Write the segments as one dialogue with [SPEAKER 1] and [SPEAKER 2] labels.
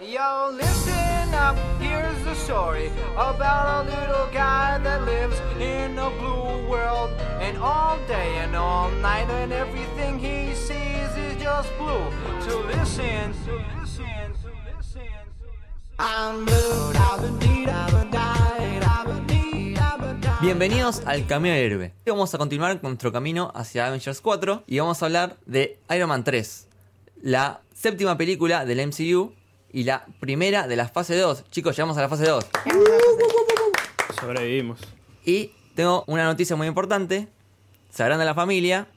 [SPEAKER 1] Yo, listen up, here's the story about a little guy that lives in a blue world. And all day and all night, and everything he sees is just blue. So listen, so listen, so listen, so listen. I'm blue, I've been deed, I've been died, I've been deed, I've been died.
[SPEAKER 2] Bienvenidos al Camino del Héroe. Hoy Vamos a continuar con nuestro camino hacia Avengers 4 y vamos a hablar de Iron Man 3, la séptima película del MCU y la primera de la fase 2. Chicos, llegamos a la fase 2.
[SPEAKER 3] Sobrevivimos.
[SPEAKER 2] Y tengo una noticia muy importante. Se agranda la familia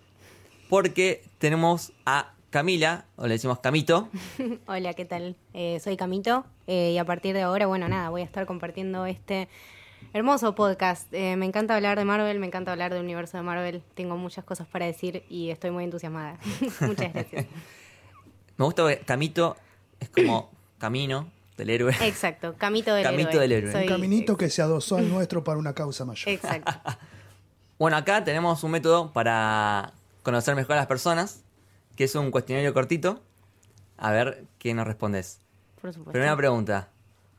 [SPEAKER 2] porque tenemos a Camila, o le decimos Camito,
[SPEAKER 4] Hola, ¿qué tal? Eh, soy Camito eh, y a partir de ahora, bueno, nada, voy a estar compartiendo este hermoso podcast. Eh, me encanta hablar de Marvel, me encanta hablar del universo de Marvel. Tengo muchas cosas para decir y estoy muy entusiasmada. muchas gracias.
[SPEAKER 2] Me gusta porque Camito es como camino del héroe.
[SPEAKER 4] Exacto, Camito del
[SPEAKER 2] Camito
[SPEAKER 4] héroe.
[SPEAKER 2] del héroe.
[SPEAKER 4] Soy-
[SPEAKER 2] Sí,
[SPEAKER 5] Un caminito que se adosó al nuestro para una causa mayor.
[SPEAKER 4] Exacto.
[SPEAKER 2] Bueno, acá tenemos un método para conocer mejor a las personas, que es un cuestionario cortito. A ver qué nos respondes.
[SPEAKER 4] Por supuesto.
[SPEAKER 2] Primera pregunta.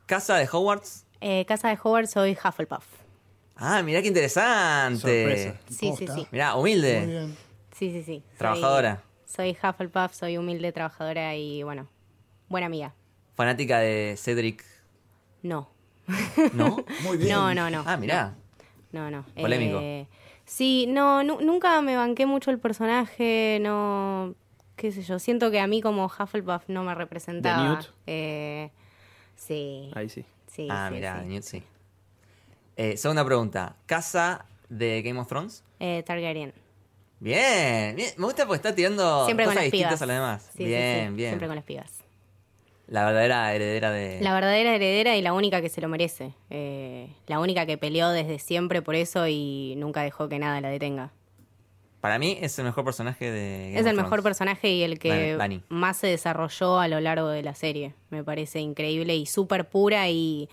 [SPEAKER 2] ¿Casa de Hogwarts?
[SPEAKER 4] Eh, casa de Howard, soy Hufflepuff.
[SPEAKER 2] Ah, mirá qué interesante.
[SPEAKER 3] Sorpresa.
[SPEAKER 4] Sí, sí,
[SPEAKER 5] Posta.
[SPEAKER 4] sí.
[SPEAKER 2] Mirá,
[SPEAKER 5] Muy
[SPEAKER 2] humilde.
[SPEAKER 5] bien.
[SPEAKER 4] Sí, sí, sí. Soy-
[SPEAKER 2] Trabajadora.
[SPEAKER 4] Soy Hufflepuff, soy humilde, trabajadora y bueno, buena amiga.
[SPEAKER 2] Fanática de Cedric.
[SPEAKER 4] No.
[SPEAKER 2] ¿No?
[SPEAKER 5] Muy bien.
[SPEAKER 4] No, no, no.
[SPEAKER 2] Ah, mirá.
[SPEAKER 4] No, no.
[SPEAKER 2] Polémico.
[SPEAKER 4] Eh, sí, no, nu- nunca me banqué mucho el personaje, no, qué sé yo, siento que a mí como Hufflepuff no me representaba.
[SPEAKER 3] ¿De Newt?
[SPEAKER 4] Eh, sí,
[SPEAKER 3] Ahí sí.
[SPEAKER 4] sí.
[SPEAKER 2] ah,
[SPEAKER 4] sí,
[SPEAKER 2] mirá,
[SPEAKER 4] sí.
[SPEAKER 2] Newt, sí. Eh, segunda pregunta. ¿Casa de Game of Thrones?
[SPEAKER 4] Eh, Targaryen.
[SPEAKER 2] Bien, bien. Me gusta porque está tirando
[SPEAKER 4] Siempre con
[SPEAKER 2] Oh, cosas
[SPEAKER 4] las
[SPEAKER 2] distintas
[SPEAKER 4] pibas.
[SPEAKER 2] a las demás.
[SPEAKER 4] Sí, sí,
[SPEAKER 2] bien,
[SPEAKER 4] sí,
[SPEAKER 2] bien.
[SPEAKER 4] Siempre con las pibas.
[SPEAKER 2] La verdadera heredera de...
[SPEAKER 4] La verdadera heredera y la única que se lo merece. Eh, la única que peleó desde siempre por eso y nunca dejó que nada la detenga.
[SPEAKER 2] Para mí es el mejor personaje de... Game
[SPEAKER 4] es
[SPEAKER 2] of
[SPEAKER 4] el mejor
[SPEAKER 2] Thrones.
[SPEAKER 4] personaje y el que
[SPEAKER 2] Dani, Dani.
[SPEAKER 4] más se desarrolló a lo largo de la serie. Me parece increíble y súper pura y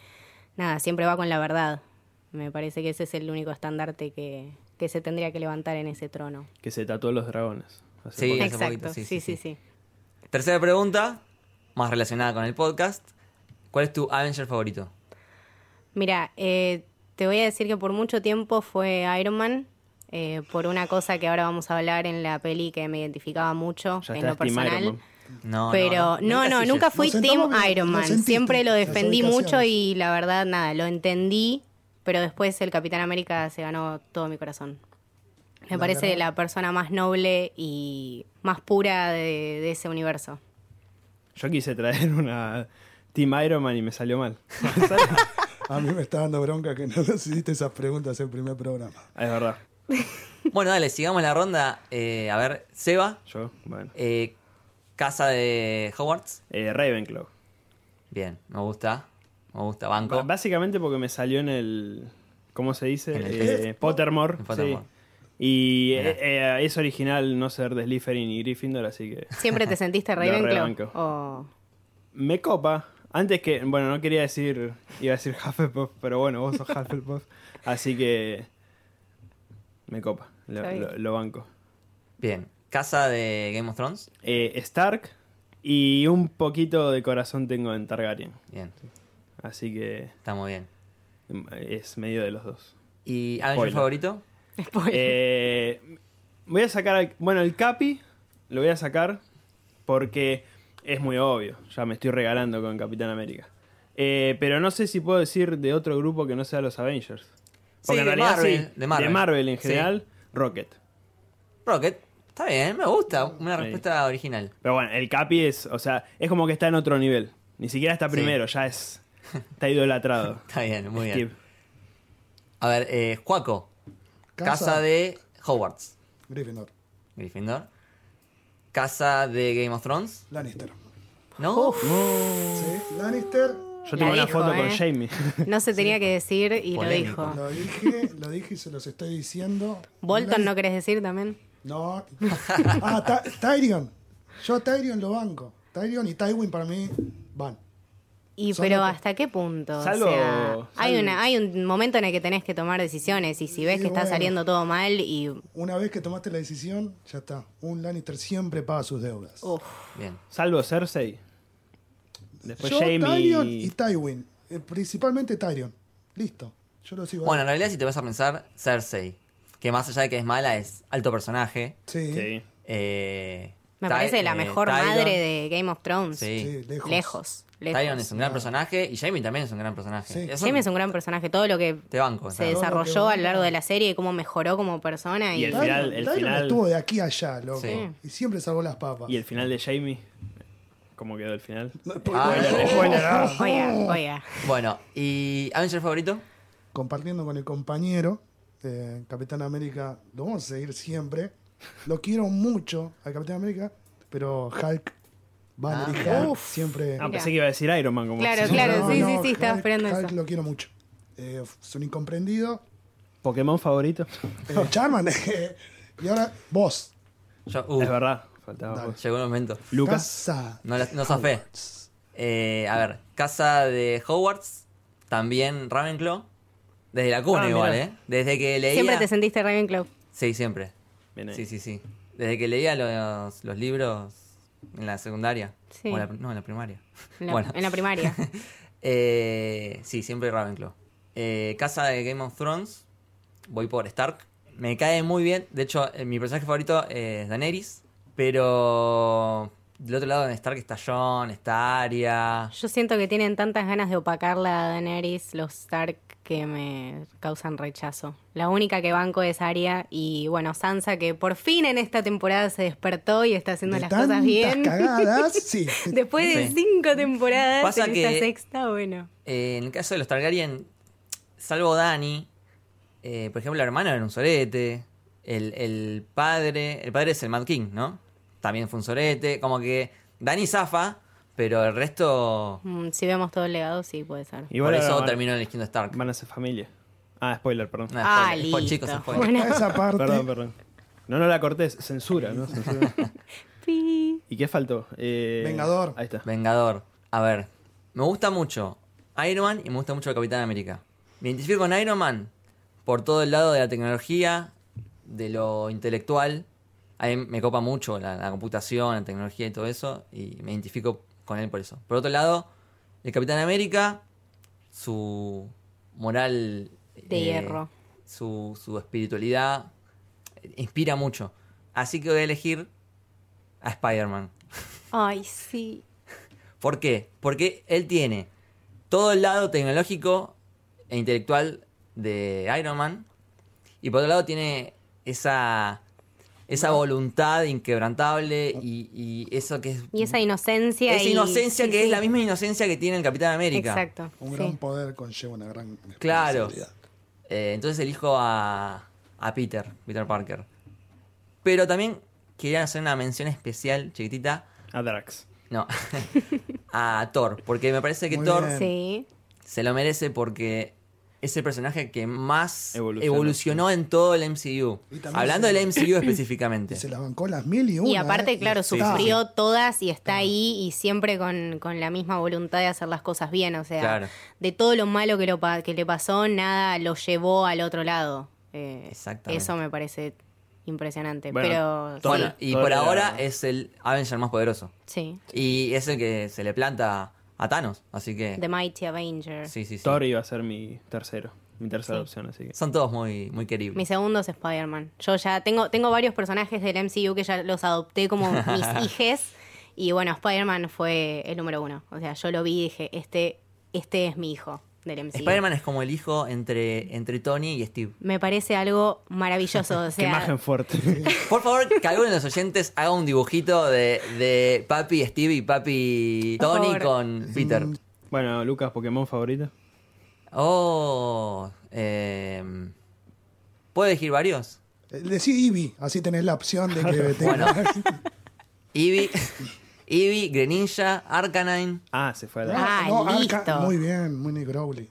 [SPEAKER 4] nada, siempre va con la verdad. Me parece que ese es el único estandarte que, que se tendría que levantar en ese trono.
[SPEAKER 3] Que se tatuó los dragones. Hace
[SPEAKER 2] Sí.
[SPEAKER 3] poco.
[SPEAKER 2] hace
[SPEAKER 4] Exacto,
[SPEAKER 2] poquito, sí,
[SPEAKER 4] sí
[SPEAKER 2] sí,
[SPEAKER 4] sí,
[SPEAKER 2] sí.
[SPEAKER 4] sí.
[SPEAKER 2] Tercera pregunta, más relacionada con el podcast. ¿Cuál es tu Avenger favorito?
[SPEAKER 4] Mira, eh, te voy a decir que por mucho tiempo fue Iron Man. eh, por una cosa que ahora vamos a hablar en la peli que me identificaba mucho
[SPEAKER 3] Ya
[SPEAKER 4] en
[SPEAKER 3] está,
[SPEAKER 4] lo
[SPEAKER 3] es Team
[SPEAKER 4] personal.
[SPEAKER 3] Iron Man.
[SPEAKER 2] No,
[SPEAKER 4] Pero no, no,
[SPEAKER 2] sigue.
[SPEAKER 4] nunca fui
[SPEAKER 5] Nos
[SPEAKER 4] Team
[SPEAKER 5] sentamos bien,
[SPEAKER 4] Iron
[SPEAKER 5] nos
[SPEAKER 4] Man.
[SPEAKER 5] sentiste
[SPEAKER 4] Siempre lo
[SPEAKER 5] las
[SPEAKER 4] defendí mucho
[SPEAKER 5] ubicaciones.
[SPEAKER 4] y la verdad, nada, lo entendí, pero después el Capitán América se ganó todo mi corazón. Me
[SPEAKER 5] La
[SPEAKER 4] parece
[SPEAKER 5] verdad.
[SPEAKER 4] la persona más noble y más pura de, de ese universo.
[SPEAKER 3] Yo quise traer una Team Iron Man y me salió mal.
[SPEAKER 5] A mí me está dando bronca que no nos hiciste esas preguntas en el primer programa.
[SPEAKER 3] Ah, es verdad.
[SPEAKER 2] Bueno, dale, sigamos la ronda. Eh, a ver, Seba,
[SPEAKER 3] Yo, bueno.
[SPEAKER 2] eh, casa de Hogwarts.
[SPEAKER 3] Eh, Ravenclaw.
[SPEAKER 2] Bien, me gusta. Me gusta, banco.
[SPEAKER 3] Ba- Básicamente porque me salió en el. ¿Cómo se dice?
[SPEAKER 2] En el
[SPEAKER 3] Eh, Pottermore.
[SPEAKER 2] En Pottermore.
[SPEAKER 3] sí. Y
[SPEAKER 2] Mirá.
[SPEAKER 3] eh, eh, es original no ser de Slytherin y Gryffindor, así que.
[SPEAKER 4] ¿Siempre te sentiste
[SPEAKER 3] Lo
[SPEAKER 4] Ravenclaw? Oh,
[SPEAKER 3] rebanco.
[SPEAKER 4] O-
[SPEAKER 3] Me copa. Antes que. Bueno, no quería decir. Iba a decir Hufflepuff, pero bueno, vos sos Hufflepuff. así que. Me copa. Lo,
[SPEAKER 4] Está bien.
[SPEAKER 3] lo- lo banco.
[SPEAKER 2] Bien, casa de Game of Thrones.
[SPEAKER 3] Eh, Stark. Y un poquito de corazón tengo en Targaryen.
[SPEAKER 2] Bien,
[SPEAKER 3] Así que.
[SPEAKER 2] está muy bien.
[SPEAKER 3] mm, Es medio de los dos.
[SPEAKER 2] ¿Y Avenger
[SPEAKER 3] Spoiler.
[SPEAKER 2] favorito?
[SPEAKER 3] Eh, voy a sacar. al- bueno, el Capi lo voy a sacar porque es muy obvio. Ya me estoy regalando con Capitán América. Eh, pero no sé si puedo decir de otro grupo que no sea los Avengers.
[SPEAKER 2] Sí,
[SPEAKER 3] Porque en
[SPEAKER 2] de
[SPEAKER 3] realidad
[SPEAKER 2] Marvel,
[SPEAKER 3] sí,
[SPEAKER 2] de Marvel.
[SPEAKER 3] en
[SPEAKER 2] Sí.
[SPEAKER 3] general, Rocket.
[SPEAKER 2] Rocket. Está bien, me gusta. Una
[SPEAKER 3] Sí.
[SPEAKER 2] respuesta original.
[SPEAKER 3] Pero bueno, el Capi es, o sea, es como que está en otro nivel. Ni siquiera está
[SPEAKER 2] Sí.
[SPEAKER 3] primero, ya es. Está idolatrado.
[SPEAKER 2] Está bien, muy bien.
[SPEAKER 3] Steve.
[SPEAKER 2] A ver, eh, Juaco, casa,
[SPEAKER 5] Casa.
[SPEAKER 2] de Hogwarts.
[SPEAKER 5] Gryffindor,
[SPEAKER 2] Gryffindor. Casa de Game of Thrones.
[SPEAKER 5] Lannister.
[SPEAKER 2] ¿No?
[SPEAKER 5] ¿Sí? Lannister,
[SPEAKER 3] Yo tengo
[SPEAKER 4] La
[SPEAKER 3] una
[SPEAKER 4] dijo,
[SPEAKER 3] foto con
[SPEAKER 4] eh.
[SPEAKER 3] Jamie.
[SPEAKER 4] no se tenía que decir y
[SPEAKER 2] Polémico.
[SPEAKER 4] lo dijo.
[SPEAKER 5] lo dije, lo dije y se los estoy diciendo.
[SPEAKER 4] ¿Bolton no
[SPEAKER 5] Lan-
[SPEAKER 4] querés decir también?
[SPEAKER 5] No. Ah, Ty- Tyrion. Yo a Tyrion lo banco. Tyrion y Tywin para mí van.
[SPEAKER 4] Y
[SPEAKER 5] Son
[SPEAKER 4] pero
[SPEAKER 5] lo que-
[SPEAKER 4] hasta qué punto, O
[SPEAKER 3] Salvo-
[SPEAKER 4] sea, hay
[SPEAKER 3] salvo-
[SPEAKER 4] una, hay un momento en el que tenés que tomar decisiones y si ves
[SPEAKER 5] Y
[SPEAKER 4] que está
[SPEAKER 5] bueno.
[SPEAKER 4] saliendo todo mal y
[SPEAKER 5] Una vez que tomaste la decisión, ya está. Un Lannister siempre paga sus deudas.
[SPEAKER 4] uf,
[SPEAKER 2] Bien.
[SPEAKER 3] Salvo Cersei. Después
[SPEAKER 5] yo, Tyrion
[SPEAKER 3] Pues Jamie.
[SPEAKER 5] y Tywin. Eh, principalmente Tyrion. Listo. Yo lo sigo. ahí.
[SPEAKER 2] Bueno, en realidad si te vas a pensar, Cersei, que más allá de que es mala, es alto personaje.
[SPEAKER 5] sí.
[SPEAKER 3] Sí.
[SPEAKER 2] Eh,
[SPEAKER 4] Me
[SPEAKER 2] Ty-
[SPEAKER 4] parece la
[SPEAKER 2] eh,
[SPEAKER 4] mejor
[SPEAKER 2] Tyrion-
[SPEAKER 4] madre de Game of Thrones.
[SPEAKER 2] Sí.
[SPEAKER 5] Sí, lejos.
[SPEAKER 4] Lejos. lejos.
[SPEAKER 2] Tyrion es un gran personaje y Jamie también es un gran personaje.
[SPEAKER 5] Sí.
[SPEAKER 2] Esos-
[SPEAKER 4] Jaime es un gran personaje. Todo lo que
[SPEAKER 2] Te banco.
[SPEAKER 4] se
[SPEAKER 2] ¿sabes?
[SPEAKER 5] Todo lo que
[SPEAKER 4] desarrolló a lo
[SPEAKER 5] banca.
[SPEAKER 4] largo de la serie y cómo mejoró como persona.
[SPEAKER 3] Y
[SPEAKER 4] Y,
[SPEAKER 3] el-
[SPEAKER 5] Tyrion,
[SPEAKER 3] final- el
[SPEAKER 5] Tyrion
[SPEAKER 3] final- Mm.
[SPEAKER 5] estuvo de aquí a allá, loco.
[SPEAKER 2] Sí.
[SPEAKER 5] Y siempre salvó las papas.
[SPEAKER 3] Y el final de Jamie. ¿Cómo quedó el final?
[SPEAKER 2] Ah,
[SPEAKER 3] Spoiler, spoiler, ah.
[SPEAKER 4] Oiga, oiga.
[SPEAKER 2] Bueno, ¿y Avenger favorito?
[SPEAKER 5] Compartiendo con el compañero, eh, Capitán América, lo vamos a seguir siempre. Lo quiero mucho al Capitán América, pero Hulk, Valerie
[SPEAKER 2] Ah.
[SPEAKER 5] Hulk,
[SPEAKER 4] Uf.
[SPEAKER 5] siempre.
[SPEAKER 3] Ah,
[SPEAKER 4] Mira.
[SPEAKER 3] pensé que iba a decir Iron Man como
[SPEAKER 4] Claro,
[SPEAKER 3] Sí.
[SPEAKER 4] claro, sí, sí, sí,
[SPEAKER 5] Hulk-
[SPEAKER 4] estaba esperando
[SPEAKER 5] Hulk
[SPEAKER 4] eso.
[SPEAKER 5] lo quiero mucho. Eh, es un incomprendido.
[SPEAKER 3] Pokémon favorito.
[SPEAKER 5] Eh, Charman. eh, y ahora, vos,
[SPEAKER 2] Yo, uh,
[SPEAKER 3] Es verdad. Faltaba
[SPEAKER 5] Dale.
[SPEAKER 3] vos.
[SPEAKER 2] llegó el momento.
[SPEAKER 3] Lucas.
[SPEAKER 5] Casa.
[SPEAKER 2] No, la- no zafé. Eh, a ver, casa de Hogwarts, también Ravenclaw. Desde la cuna
[SPEAKER 3] Ah,
[SPEAKER 2] igual,
[SPEAKER 3] mirá.
[SPEAKER 2] ¿eh? Desde que leía...
[SPEAKER 4] Siempre te sentiste Ravenclaw.
[SPEAKER 2] Sí, siempre.
[SPEAKER 3] Bien ahí.
[SPEAKER 2] Sí, sí, sí. Desde que leía los, los libros en la secundaria.
[SPEAKER 4] Sí.
[SPEAKER 2] O la- no, en la primaria.
[SPEAKER 4] En la,
[SPEAKER 2] bueno.
[SPEAKER 4] en la primaria.
[SPEAKER 2] Eh, sí, siempre Ravenclaw. Eh, casa de Game of Thrones. Voy por Stark. Me cae muy bien. De hecho, eh, mi personaje favorito es Daenerys. Pero del otro lado de Stark está Jon, está Arya.
[SPEAKER 4] Yo siento que tienen tantas ganas de opacarla a Daenerys, los Stark, que me causan rechazo. La única que banco es Arya y, bueno, Sansa, que por fin en esta temporada se despertó y está haciendo
[SPEAKER 5] De
[SPEAKER 4] las
[SPEAKER 5] tantas
[SPEAKER 4] cosas bien.
[SPEAKER 5] cagadas, sí.
[SPEAKER 4] Después de
[SPEAKER 2] Sí.
[SPEAKER 4] cinco temporadas,
[SPEAKER 2] Pasa
[SPEAKER 4] en
[SPEAKER 2] que-
[SPEAKER 4] esta sexta, bueno.
[SPEAKER 2] Eh, en el caso de los Targaryen, salvo Dani, por ejemplo, la hermana era un sorete. El, el padre, el padre es el Mad King, ¿no? También fue un sorete. Como que Dani zafa, pero el resto.
[SPEAKER 4] Mm, Si vemos todo el legado, sí puede ser.
[SPEAKER 3] Igual
[SPEAKER 2] por
[SPEAKER 3] ahora
[SPEAKER 2] eso
[SPEAKER 3] van,
[SPEAKER 2] terminó eligiendo Stark.
[SPEAKER 3] van a ser familia. Ah, spoiler, perdón.
[SPEAKER 2] No,
[SPEAKER 4] Ah,
[SPEAKER 2] spoiler, spoiler,
[SPEAKER 4] listo.
[SPEAKER 2] chicos, spoiler.
[SPEAKER 4] Bueno.
[SPEAKER 5] Esa parte.
[SPEAKER 3] Perdón, perdón. No, no la cortés. Censura, ¿no? Censura.
[SPEAKER 4] Pi.
[SPEAKER 3] ¿Y qué faltó? Eh,
[SPEAKER 5] Vengador.
[SPEAKER 3] Ahí está.
[SPEAKER 2] Vengador. A ver, me gusta mucho Iron Man y me gusta mucho el Capitán América. Me identifico con Iron Man por todo el lado de la tecnología, de lo intelectual. A mí me copa mucho la, la computación, la tecnología y todo eso. Y me identifico con él por eso. Por otro lado, el Capitán América, su moral... eh,
[SPEAKER 4] De hierro.
[SPEAKER 2] Su, su espiritualidad eh, inspira mucho. Así que voy a elegir a Spider-Man.
[SPEAKER 4] Ay, sí.
[SPEAKER 2] ¿Por qué? Porque él tiene todo el lado tecnológico e intelectual de Iron Man. Y por otro lado tiene esa, esa voluntad inquebrantable y, y eso que es...
[SPEAKER 4] Y esa inocencia.
[SPEAKER 2] esa
[SPEAKER 4] y-
[SPEAKER 2] inocencia
[SPEAKER 4] sí,
[SPEAKER 2] que
[SPEAKER 4] sí.
[SPEAKER 2] es la misma inocencia que tiene el Capitán América.
[SPEAKER 4] Exacto.
[SPEAKER 5] Un
[SPEAKER 4] sí.
[SPEAKER 5] gran poder conlleva una gran responsabilidad.
[SPEAKER 2] Claro. Eh, entonces elijo a, a Peter, Peter Parker. Pero también quería hacer una mención especial, chiquitita.
[SPEAKER 3] A Drax.
[SPEAKER 2] No, a Thor. Porque me parece que
[SPEAKER 5] Muy
[SPEAKER 2] Thor
[SPEAKER 5] bien.
[SPEAKER 4] Sí.
[SPEAKER 2] se lo merece porque es el personaje que más
[SPEAKER 3] Evolucionó.
[SPEAKER 2] evolucionó, en todo el MCU.
[SPEAKER 5] Y también
[SPEAKER 2] Hablando
[SPEAKER 5] se-
[SPEAKER 2] del MCU específicamente.
[SPEAKER 5] Y se las bancó las mil y una.
[SPEAKER 4] Y aparte,
[SPEAKER 5] ¿eh?
[SPEAKER 4] claro,
[SPEAKER 2] Sí,
[SPEAKER 4] sufrió todas y está ahí y siempre con, con la misma voluntad de hacer las cosas bien. O sea,
[SPEAKER 2] Claro.
[SPEAKER 4] de todo lo malo que, lo, pa- que le pasó, nada lo llevó al otro lado. Eh,
[SPEAKER 2] Exactamente.
[SPEAKER 4] Eso me parece impresionante.
[SPEAKER 3] Bueno,
[SPEAKER 4] Pero
[SPEAKER 3] todo-
[SPEAKER 2] Bueno, y
[SPEAKER 3] Thor
[SPEAKER 2] por
[SPEAKER 3] era-
[SPEAKER 2] ahora es el Avenger más poderoso.
[SPEAKER 4] sí,
[SPEAKER 2] Y es el que se le planta a Thanos. Así
[SPEAKER 4] sí.
[SPEAKER 2] que...
[SPEAKER 4] The Mighty Avenger.
[SPEAKER 2] Sí, sí, sí.
[SPEAKER 3] Thor iba a ser mi tercero. Mi tercera
[SPEAKER 4] Sí.
[SPEAKER 3] opción, así que.
[SPEAKER 2] Son todos muy, muy
[SPEAKER 4] Mi
[SPEAKER 2] queribles.
[SPEAKER 4] segundo es Spider-Man. Yo ya tengo, tengo varios personajes del MCU que ya los adopté como mis hijes. Y bueno, Spider-Man fue el número uno. O sea, yo lo vi y dije, este, este es mi hijo del MCU.
[SPEAKER 2] Spider-Man es como el hijo entre, entre Tony y Steve.
[SPEAKER 4] Me parece algo maravilloso. O
[SPEAKER 3] Qué
[SPEAKER 4] sea,
[SPEAKER 3] imagen fuerte.
[SPEAKER 2] Por favor, que alguno de los oyentes haga un dibujito de, de papi Steve y papi
[SPEAKER 4] Por
[SPEAKER 2] Tony
[SPEAKER 4] favor.
[SPEAKER 2] con Peter.
[SPEAKER 5] Mm,
[SPEAKER 3] bueno, Lucas, Pokémon favorito.
[SPEAKER 2] Oh, em, ¿puedo elegir varios?
[SPEAKER 5] Eh, Decí Eevee, así tenés la opción de que te
[SPEAKER 2] Bueno. Eevee, Eevee, Greninja, Arcanine.
[SPEAKER 3] Ah, se fue a la.
[SPEAKER 4] Ah, listo.
[SPEAKER 5] Muy bien, muy Nick Crowley.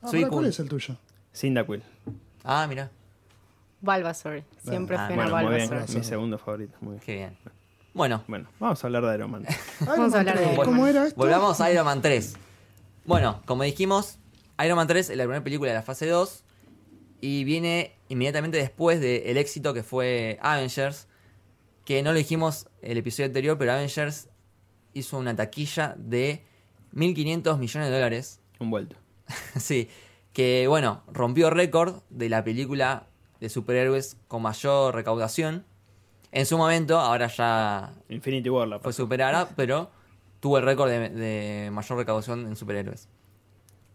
[SPEAKER 5] Ah,
[SPEAKER 2] Soy
[SPEAKER 5] pará, ¿Cuál
[SPEAKER 2] cool.
[SPEAKER 5] es el tuyo?
[SPEAKER 3] Cyndaquil.
[SPEAKER 2] Ah, mira,
[SPEAKER 4] Bulbasaur. Siempre
[SPEAKER 2] Ah,
[SPEAKER 4] fui una
[SPEAKER 2] Bueno,
[SPEAKER 3] Bueno, muy bien.
[SPEAKER 4] Bulbasaur.
[SPEAKER 3] Mi segundo favorito. Muy bien.
[SPEAKER 2] qué bien. Bueno,
[SPEAKER 3] Bueno, vamos a hablar de Iron Man.
[SPEAKER 5] Iron Man
[SPEAKER 4] hablar de
[SPEAKER 5] 3,
[SPEAKER 4] Iron
[SPEAKER 5] ¿Cómo
[SPEAKER 4] Man.
[SPEAKER 5] era esto?
[SPEAKER 2] volvamos a Iron Man 3. Bueno, como dijimos, Iron Man 3 es la primera película de la fase 2 y viene inmediatamente después del éxito que fue Avengers, que no lo dijimos el episodio anterior, pero Avengers hizo una taquilla de 1.500 millones de dólares.
[SPEAKER 3] Un vuelto.
[SPEAKER 2] Sí, que bueno, rompió récord de la película de superhéroes con mayor recaudación. En su momento, ahora ya
[SPEAKER 3] Infinity War la
[SPEAKER 2] fue
[SPEAKER 3] pasó.
[SPEAKER 2] superada, pero tuvo el récord de, de mayor recaudación en superhéroes.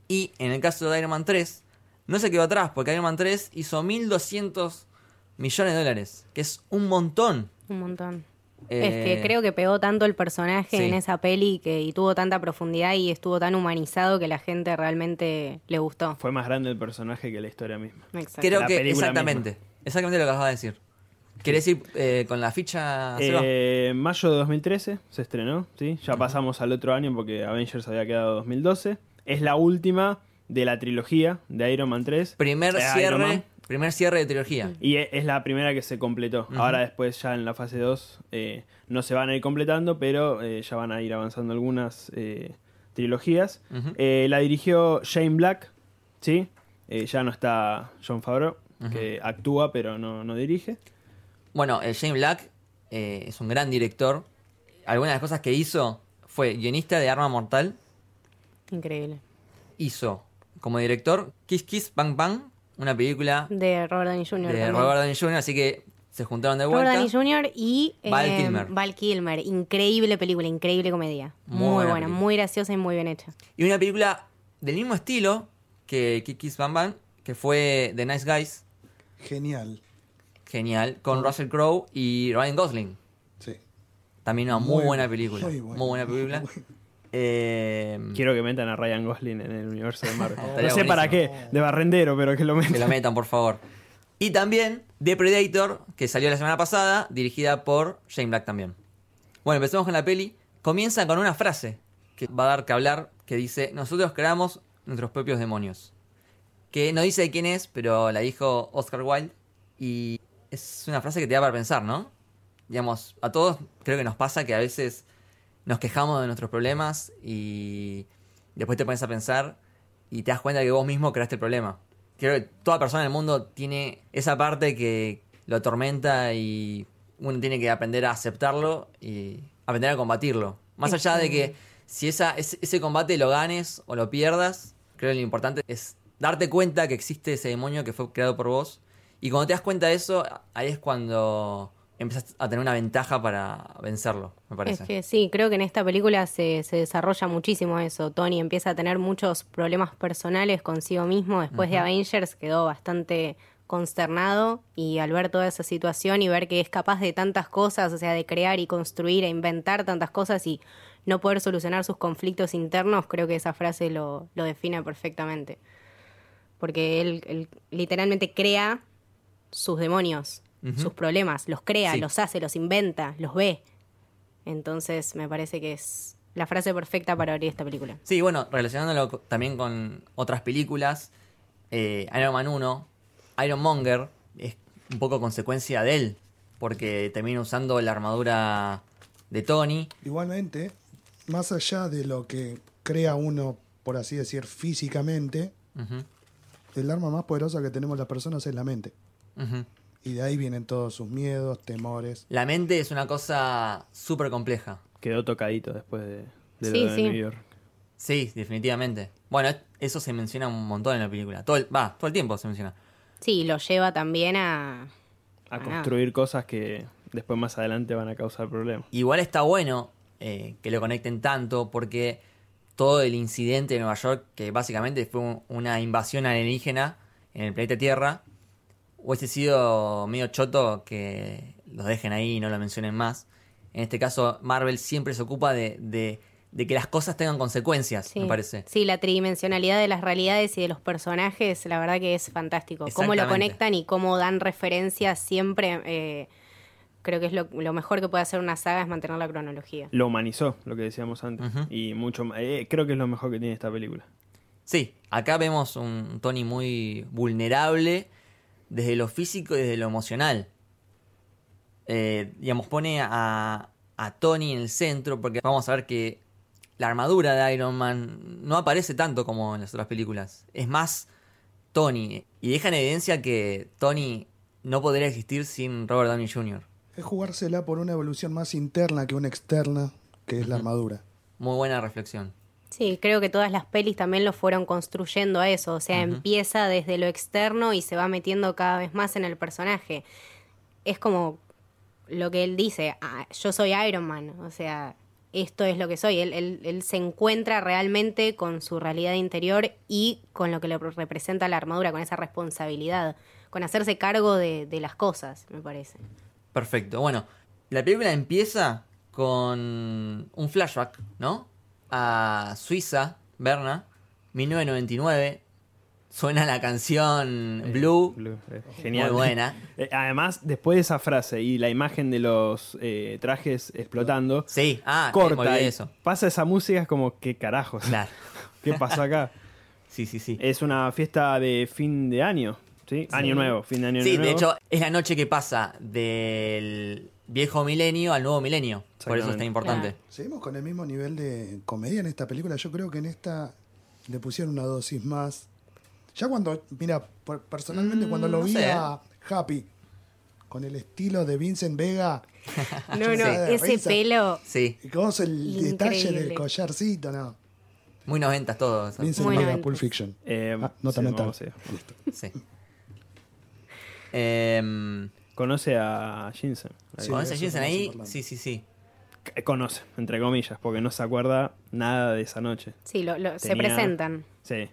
[SPEAKER 2] Y en el caso de Iron Man 3, no se quedó atrás, porque Iron Man 3 hizo 1.200 millones de dólares, que es un montón.
[SPEAKER 4] Un montón.
[SPEAKER 2] Eh,
[SPEAKER 4] Es que creo que pegó tanto el personaje
[SPEAKER 2] sí.
[SPEAKER 4] en esa peli que, y tuvo tanta profundidad y estuvo tan humanizado que la gente realmente le gustó.
[SPEAKER 3] Fue más grande el personaje que la historia misma.
[SPEAKER 4] Exacto.
[SPEAKER 2] Creo
[SPEAKER 3] la
[SPEAKER 2] que
[SPEAKER 3] película
[SPEAKER 2] exactamente, exactamente lo que acabas de decir. ¿Querés ir eh, con la ficha? Seba?
[SPEAKER 3] Eh, mayo de 2013 se estrenó, ¿sí? Ya pasamos al otro año porque Avengers había quedado 2012. Es la última de la trilogía de Iron Man 3.
[SPEAKER 2] Primer
[SPEAKER 3] Eh, Iron Man.
[SPEAKER 2] cierre, primer cierre de trilogía.
[SPEAKER 3] Y e- es la primera que se completó. Ahora después ya en la fase 2 eh, no se van a ir completando, pero eh, ya van a ir avanzando algunas eh, trilogías.
[SPEAKER 2] Ujú.
[SPEAKER 3] Eh, la dirigió Shane Black, ¿sí? Eh, ya no está John Favreau, que actúa pero no, no dirige.
[SPEAKER 2] Bueno, el Shane Black eh, es un gran director. Algunas de las cosas que hizo fue guionista de Arma Mortal.
[SPEAKER 4] Increíble.
[SPEAKER 2] Hizo como director Kiss Kiss Bang Bang, una película
[SPEAKER 4] De Robert Downey Jr.
[SPEAKER 2] de
[SPEAKER 4] también.
[SPEAKER 2] Robert Downey Jr., así que se juntaron de
[SPEAKER 4] Robert
[SPEAKER 2] vuelta.
[SPEAKER 4] Downey Jr. y eh,
[SPEAKER 2] Val Kilmer.
[SPEAKER 4] Val Kilmer. Increíble película, increíble comedia.
[SPEAKER 2] Muy
[SPEAKER 4] Muy,
[SPEAKER 2] buena
[SPEAKER 4] buena,
[SPEAKER 2] película.
[SPEAKER 4] muy graciosa y muy bien hecha.
[SPEAKER 2] Y una película del mismo estilo que Kiss Kiss Bang Bang, que fue The Nice Guys,
[SPEAKER 5] Genial.
[SPEAKER 2] genial, con Russell Crowe y Ryan Gosling.
[SPEAKER 5] Sí.
[SPEAKER 2] También una muy,
[SPEAKER 5] Muy
[SPEAKER 2] buena
[SPEAKER 5] bu-
[SPEAKER 2] película. Muy
[SPEAKER 5] muy buena,
[SPEAKER 2] buena, película.
[SPEAKER 5] muy buena.
[SPEAKER 2] Eh,
[SPEAKER 3] Quiero que metan a Ryan Gosling en el universo de Marvel. no sé
[SPEAKER 2] Estaría
[SPEAKER 3] para qué,
[SPEAKER 5] buenísimo.
[SPEAKER 3] de barrendero, pero que lo metan.
[SPEAKER 2] Oh, Que lo metan, por favor. Y también The Predator, que salió la semana pasada, dirigida por Shane Black también. Bueno, empecemos con la peli. Comienza con una frase que va a dar que hablar, que dice, nosotros creamos nuestros propios demonios. Que no dice de quién es, pero la dijo Oscar Wilde. Y es una frase que te da para pensar, ¿no? Digamos, a todos creo que nos pasa que a veces nos quejamos de nuestros problemas y después te pones a pensar y te das cuenta que vos mismo creaste el problema. Creo que toda persona en el mundo tiene esa parte que lo atormenta y uno tiene que aprender a aceptarlo y aprender a combatirlo. Más allá de que si esa, ese, ese combate lo ganes o lo pierdas, creo que lo importante es darte cuenta que existe ese demonio que fue creado por vos. Y cuando te das cuenta de eso, ahí es cuando empezás a tener una ventaja para vencerlo, me parece.
[SPEAKER 4] Es que sí, creo que en esta película se, se desarrolla muchísimo eso. Tony empieza a tener muchos problemas personales consigo mismo. Después de Avengers quedó bastante consternado y al ver toda esa situación y ver que es capaz de tantas cosas, o sea, de crear y construir e inventar tantas cosas y no poder solucionar sus conflictos internos, creo que esa frase lo, lo define perfectamente. Porque él, él literalmente crea sus demonios, sus problemas, los crea,
[SPEAKER 2] Sí.
[SPEAKER 4] los hace, los inventa, los ve. Entonces me parece que es la frase perfecta para abrir esta película.
[SPEAKER 2] Sí, bueno, relacionándolo co- también con otras películas, eh, Iron Man 1, Iron Monger es un poco consecuencia de él, porque termina usando la armadura de Tony.
[SPEAKER 5] Igualmente, más allá de lo que crea uno, por así decir, físicamente,
[SPEAKER 2] Ujú,
[SPEAKER 5] el arma más poderosa que tenemos las personas es la mente.
[SPEAKER 2] ujú.
[SPEAKER 5] Y de ahí vienen todos sus miedos, temores.
[SPEAKER 2] La mente es una cosa súper compleja.
[SPEAKER 3] Quedó tocadito después de, de
[SPEAKER 4] Sí,
[SPEAKER 3] lo de
[SPEAKER 4] sí.
[SPEAKER 3] New York.
[SPEAKER 2] Sí, definitivamente. Bueno, es- eso se menciona un montón en la película. Todo el, va, todo el tiempo se menciona.
[SPEAKER 4] Sí, lo lleva también a...
[SPEAKER 3] A
[SPEAKER 4] Ah.
[SPEAKER 3] construir cosas que después más adelante van a causar problemas.
[SPEAKER 2] Igual está bueno eh, que lo conecten tanto porque todo el incidente de Nueva York, que básicamente fue un- una invasión alienígena en el planeta Tierra, hubiese sido medio choto que los dejen ahí y no lo mencionen más. En este caso, Marvel siempre se ocupa de, de- de que las cosas tengan consecuencias,
[SPEAKER 4] Sí.
[SPEAKER 2] me parece.
[SPEAKER 4] Sí, la tridimensionalidad de las realidades y de los personajes, la verdad que es fantástico. Cómo lo
[SPEAKER 2] Exactamente.
[SPEAKER 4] conectan y cómo dan referencias siempre, eh, creo que es lo, lo mejor que puede hacer una saga es mantener la cronología.
[SPEAKER 3] Lo humanizó, lo que decíamos antes.
[SPEAKER 2] Ujú.
[SPEAKER 3] Y mucho ma- eh, creo que es lo mejor que tiene esta película.
[SPEAKER 2] Sí, acá vemos un Tony muy vulnerable desde lo físico y desde lo emocional. Eh, digamos, pone a, a Tony en el centro porque vamos a ver que la armadura de Iron Man no aparece tanto como en las otras películas. Es más Tony. Y deja en evidencia que Tony no podría existir sin Robert Downey Jr.
[SPEAKER 5] Es jugársela por una evolución más interna que una externa, que es la armadura.
[SPEAKER 2] Muy buena reflexión.
[SPEAKER 4] Sí, creo que todas las pelis también lo fueron construyendo a eso. O sea, empieza desde lo externo y se va metiendo cada vez más en el personaje. Es como lo que él dice, "Ah, yo soy Iron Man, o sea, esto es lo que soy. Él, él- él se encuentra realmente con su realidad interior y con lo que le representa la armadura, con esa responsabilidad, con hacerse cargo de, de las cosas, me parece.
[SPEAKER 2] Perfecto. Bueno, la película empieza con un flashback, ¿no? A Suiza, Berna, 1999. Suena la canción Blue.
[SPEAKER 3] eh, Genial.
[SPEAKER 2] Muy buena.
[SPEAKER 3] Eh, Además, después de esa frase y la imagen de los eh, trajes explotando,
[SPEAKER 2] Sí, ah, me
[SPEAKER 3] corta.
[SPEAKER 2] olvidé de
[SPEAKER 3] y
[SPEAKER 2] eso.
[SPEAKER 3] Pasa esa música, es como, ¿qué carajos?
[SPEAKER 2] Claro.
[SPEAKER 3] ¿Qué pasó acá?
[SPEAKER 2] Sí, sí, sí.
[SPEAKER 3] es una fiesta de fin de año, ¿sí? Año nuevo, fin de año
[SPEAKER 2] Sí,
[SPEAKER 3] nuevo.
[SPEAKER 2] de hecho, es la noche que pasa del viejo milenio al nuevo milenio. Por eso es tan
[SPEAKER 3] Exactamente.
[SPEAKER 2] importante.
[SPEAKER 5] Seguimos con el mismo nivel de comedia en esta película. Yo creo que en esta le pusieron una dosis más. Ya cuando, mira, por- personalmente
[SPEAKER 2] Mm,
[SPEAKER 5] cuando lo
[SPEAKER 2] no
[SPEAKER 5] vi
[SPEAKER 2] sé.
[SPEAKER 5] a Happy con el estilo de Vincent Vega,
[SPEAKER 4] No, no,
[SPEAKER 5] Sí.
[SPEAKER 4] ese
[SPEAKER 5] Risa.
[SPEAKER 4] pelo
[SPEAKER 2] Sí,
[SPEAKER 5] y cómo es el
[SPEAKER 4] Increíble.
[SPEAKER 5] detalle del collarcito, ¿no?
[SPEAKER 2] muy noventas todo. eso.
[SPEAKER 5] Vincent
[SPEAKER 4] Muy
[SPEAKER 5] Vega,
[SPEAKER 4] noventas.
[SPEAKER 5] Pulp Fiction.
[SPEAKER 3] Eh,
[SPEAKER 5] Ah, nota
[SPEAKER 3] sí,
[SPEAKER 5] mental.
[SPEAKER 3] vamos a ir.
[SPEAKER 2] Sí. Em,
[SPEAKER 3] Conoce a Jensen. Ahí.
[SPEAKER 5] Sí,
[SPEAKER 2] ¿Conoce a
[SPEAKER 5] eso
[SPEAKER 2] Jensen
[SPEAKER 5] estamos
[SPEAKER 2] ahí?
[SPEAKER 5] hablando.
[SPEAKER 2] Sí, sí, sí.
[SPEAKER 3] C- Conoce, entre comillas, porque no se acuerda nada de esa noche.
[SPEAKER 4] Sí, lo, lo- se
[SPEAKER 3] Tenía-
[SPEAKER 4] presentan.
[SPEAKER 3] Sí.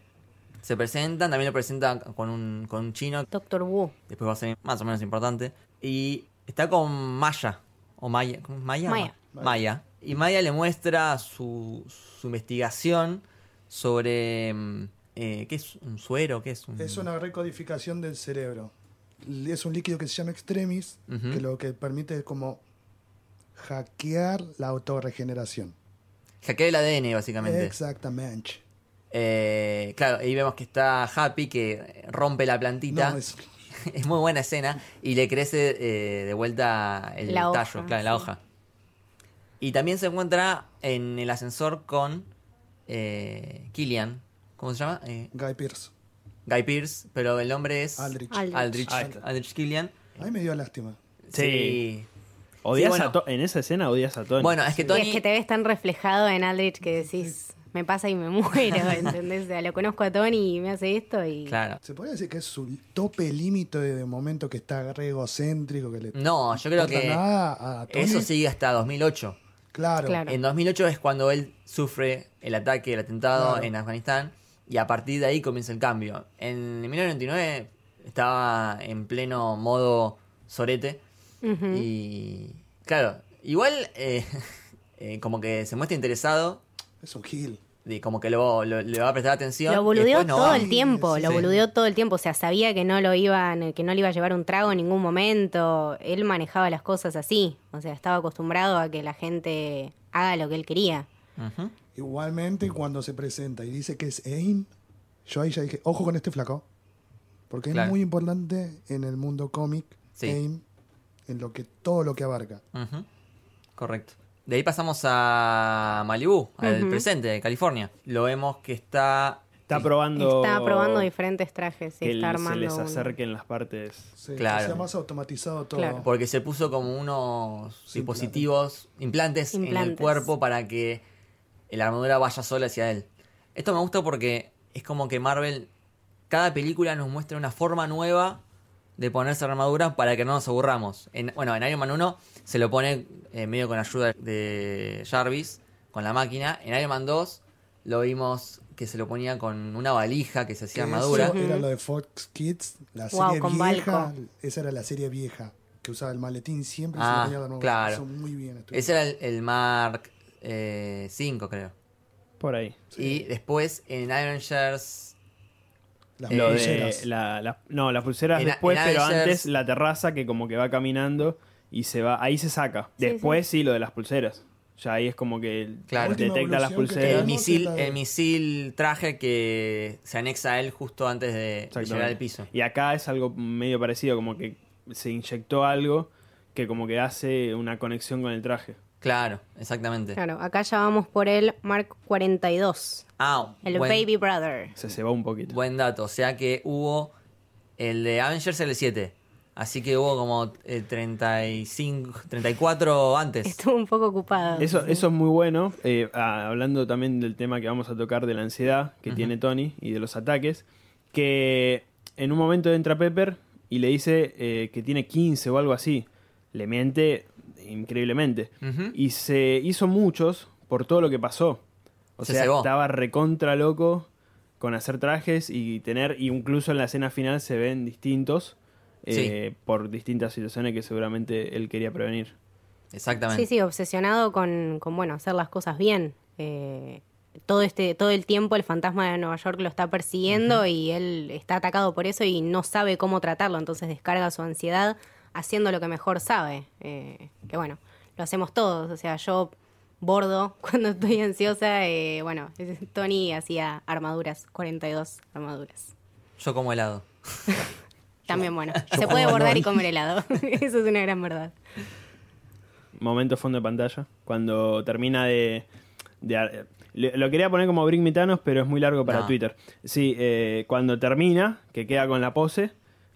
[SPEAKER 2] Se presentan, también lo presentan con un, con un chino,
[SPEAKER 4] Doctor Wu.
[SPEAKER 2] después va a ser más o menos importante. Y está con Maya, o Maya, ¿cómo es? Maya.
[SPEAKER 4] Maya.
[SPEAKER 2] Maya. Y Maya le muestra su, su investigación sobre... mm, eh, ¿Qué es un suero? ¿Qué es un...?
[SPEAKER 5] Es una recodificación del cerebro. L- Es un líquido que se llama extremis,
[SPEAKER 2] Ujú.
[SPEAKER 5] que lo que permite es como hackear la autorregeneración.
[SPEAKER 2] Hackea el ADN, básicamente.
[SPEAKER 5] Exactamente.
[SPEAKER 2] Eh, claro, ahí vemos que está Happy, que rompe la plantita.
[SPEAKER 5] No, es-
[SPEAKER 2] Es muy buena escena y le crece eh, de vuelta el
[SPEAKER 4] La hoja,
[SPEAKER 2] tallo, claro, la
[SPEAKER 4] sí.
[SPEAKER 2] hoja. Y también se encuentra en el ascensor con eh, Killian. ¿Cómo se llama? Eh,
[SPEAKER 5] Guy Pierce.
[SPEAKER 2] Guy Pierce, pero el nombre es
[SPEAKER 5] Aldrich.
[SPEAKER 4] Aldrich.
[SPEAKER 2] Aldrich,
[SPEAKER 3] Ahí está.
[SPEAKER 2] Aldrich Killian.
[SPEAKER 5] A mí me dio lástima.
[SPEAKER 3] Sí. Odias
[SPEAKER 2] bueno.
[SPEAKER 3] a To- en esa escena odias a Tony.
[SPEAKER 2] Bueno, es que
[SPEAKER 4] Y es
[SPEAKER 2] Tony.
[SPEAKER 4] que te ves tan reflejado en Aldrich que decís, me pasa y me muero, ¿entendés? O sea, lo conozco a Tony y me hace esto y...
[SPEAKER 2] Claro.
[SPEAKER 5] ¿Se podría decir que es su tope límite de, de momento que está re egocéntrico? Que le
[SPEAKER 2] No, yo creo
[SPEAKER 5] importa
[SPEAKER 2] que
[SPEAKER 5] nada a Tony?
[SPEAKER 2] eso sigue hasta 2008.
[SPEAKER 5] Claro.
[SPEAKER 4] Claro.
[SPEAKER 2] En 2008 es cuando él sufre el ataque, el atentado
[SPEAKER 5] Claro.
[SPEAKER 2] en Afganistán y a partir de ahí comienza el cambio. En 1999 estaba en pleno modo sorete
[SPEAKER 4] Ujú.
[SPEAKER 2] y claro, igual eh, eh, como que se muestra interesado,
[SPEAKER 5] Es un gil.
[SPEAKER 2] de como que lo, lo- le va a prestar atención.
[SPEAKER 4] Lo
[SPEAKER 2] y
[SPEAKER 4] boludeó
[SPEAKER 2] después no
[SPEAKER 4] todo
[SPEAKER 2] va.
[SPEAKER 4] el tiempo, lo
[SPEAKER 2] Sí.
[SPEAKER 4] boludeó todo el tiempo. O sea, sabía que no lo iban, que no le iba a llevar un trago en ningún momento. Él manejaba las cosas así. O sea, estaba acostumbrado a que la gente haga lo que él quería.
[SPEAKER 2] Ujú.
[SPEAKER 5] Igualmente, cuando se presenta y dice que es AIM, yo ahí ya dije, ojo con este flaco. Porque
[SPEAKER 2] Claro.
[SPEAKER 5] es muy importante en el mundo cómic,
[SPEAKER 2] Sí.
[SPEAKER 5] AIM, en lo que todo lo que abarca.
[SPEAKER 2] Ujú. Correcto. De ahí pasamos a Malibu, al
[SPEAKER 4] Ujú.
[SPEAKER 2] presente, de California. Lo vemos que está...
[SPEAKER 3] está probando.
[SPEAKER 4] Está probando diferentes trajes y
[SPEAKER 3] Que
[SPEAKER 4] está armando
[SPEAKER 3] se les
[SPEAKER 4] uno.
[SPEAKER 3] acerquen las partes.
[SPEAKER 5] Se,
[SPEAKER 2] Claro.
[SPEAKER 5] sea más automatizado todo.
[SPEAKER 4] Claro.
[SPEAKER 2] Porque se puso como unos
[SPEAKER 5] Sí,
[SPEAKER 2] dispositivos, implantes, en el
[SPEAKER 4] Implantes.
[SPEAKER 2] cuerpo para que la armadura vaya sola hacia él. Esto me gusta porque es como que Marvel, cada película nos muestra una forma nueva de ponerse armadura para que no nos aburramos. En- bueno, en Iron Man 1 se lo pone eh, medio con ayuda de Jarvis, con la máquina. En Iron Man 2 lo vimos que se lo ponía con una valija que se
[SPEAKER 5] Que
[SPEAKER 2] hacía armadura.
[SPEAKER 5] eso Era lo de Fox Kids, la
[SPEAKER 4] Wow,
[SPEAKER 5] serie
[SPEAKER 4] con
[SPEAKER 5] vieja.
[SPEAKER 4] Balco.
[SPEAKER 5] Esa era la serie vieja, que usaba el maletín siempre y se
[SPEAKER 2] Ah,
[SPEAKER 5] lo ponía de nuevo.
[SPEAKER 2] claro.
[SPEAKER 5] Eso muy bien. estuvo.
[SPEAKER 2] Ese era el, el Mark 5, creo.
[SPEAKER 3] Por ahí.
[SPEAKER 2] Y después en Avengers.
[SPEAKER 5] Las
[SPEAKER 3] Lo de
[SPEAKER 5] pulseras.
[SPEAKER 3] la, la- no, las pulseras
[SPEAKER 2] Eh, En-
[SPEAKER 3] después,
[SPEAKER 2] en
[SPEAKER 3] pero
[SPEAKER 2] Avengers-
[SPEAKER 3] antes la terraza que como que va caminando y se va, ahí se saca.
[SPEAKER 4] Sí,
[SPEAKER 3] Después sí, lo de las pulseras. Ya ahí es como que
[SPEAKER 2] Claro.
[SPEAKER 5] Última
[SPEAKER 3] detecta las
[SPEAKER 5] evolución que
[SPEAKER 2] El
[SPEAKER 5] Era-
[SPEAKER 3] pulseras.
[SPEAKER 5] tenemos.
[SPEAKER 2] misil,
[SPEAKER 5] era-
[SPEAKER 2] el misil traje que se anexa a él justo antes de
[SPEAKER 3] Exactamente.
[SPEAKER 2] llegar al piso.
[SPEAKER 3] Y acá es algo medio parecido, como que se inyectó algo que como que hace una conexión con el traje.
[SPEAKER 2] Claro, exactamente.
[SPEAKER 4] Claro, acá ya vamos por el Mark 42,
[SPEAKER 2] Ah,
[SPEAKER 4] el
[SPEAKER 2] buen,
[SPEAKER 4] Baby Brother.
[SPEAKER 3] Se cebó un poquito.
[SPEAKER 2] buen dato. O sea que hubo el de Avengers el 7, Así que hubo como eh, 35, 34 antes.
[SPEAKER 4] Estuvo un poco ocupado.
[SPEAKER 3] Eso, eso es muy bueno. Eh, ah, hablando también del tema que vamos a tocar de la ansiedad que tiene Tony y de los ataques. Que en un momento entra Pepper y le dice eh, que tiene 15 o algo así. Le miente increíblemente.
[SPEAKER 2] Ujú.
[SPEAKER 3] Y se hizo muchos por todo lo que pasó. O
[SPEAKER 2] Se
[SPEAKER 3] sea,
[SPEAKER 2] cegó.
[SPEAKER 3] estaba recontra loco con hacer trajes y tener. Y incluso en la escena final se ven distintos. eh, por distintas situaciones que seguramente él quería prevenir.
[SPEAKER 2] Exactamente.
[SPEAKER 4] Sí, sí, obsesionado con, con, bueno, hacer las cosas bien. Eh, todo este todo el tiempo el fantasma de Nueva York lo está persiguiendo y él está atacado por eso y no sabe cómo tratarlo, entonces descarga su ansiedad haciendo lo que mejor sabe. Eh, que bueno, lo hacemos todos, o sea, yo bordo cuando estoy ansiosa, eh, bueno, Tony hacía armaduras, 42 armaduras.
[SPEAKER 2] Yo como helado.
[SPEAKER 4] También bueno, se puede bordar y comer helado, eso es una gran verdad.
[SPEAKER 3] momento fondo de pantalla. Cuando termina de. de ar- le- lo quería poner como Bring Me Thanos, pero es muy largo para
[SPEAKER 2] No.
[SPEAKER 3] Twitter. Sí, eh, cuando termina, que queda con la pose.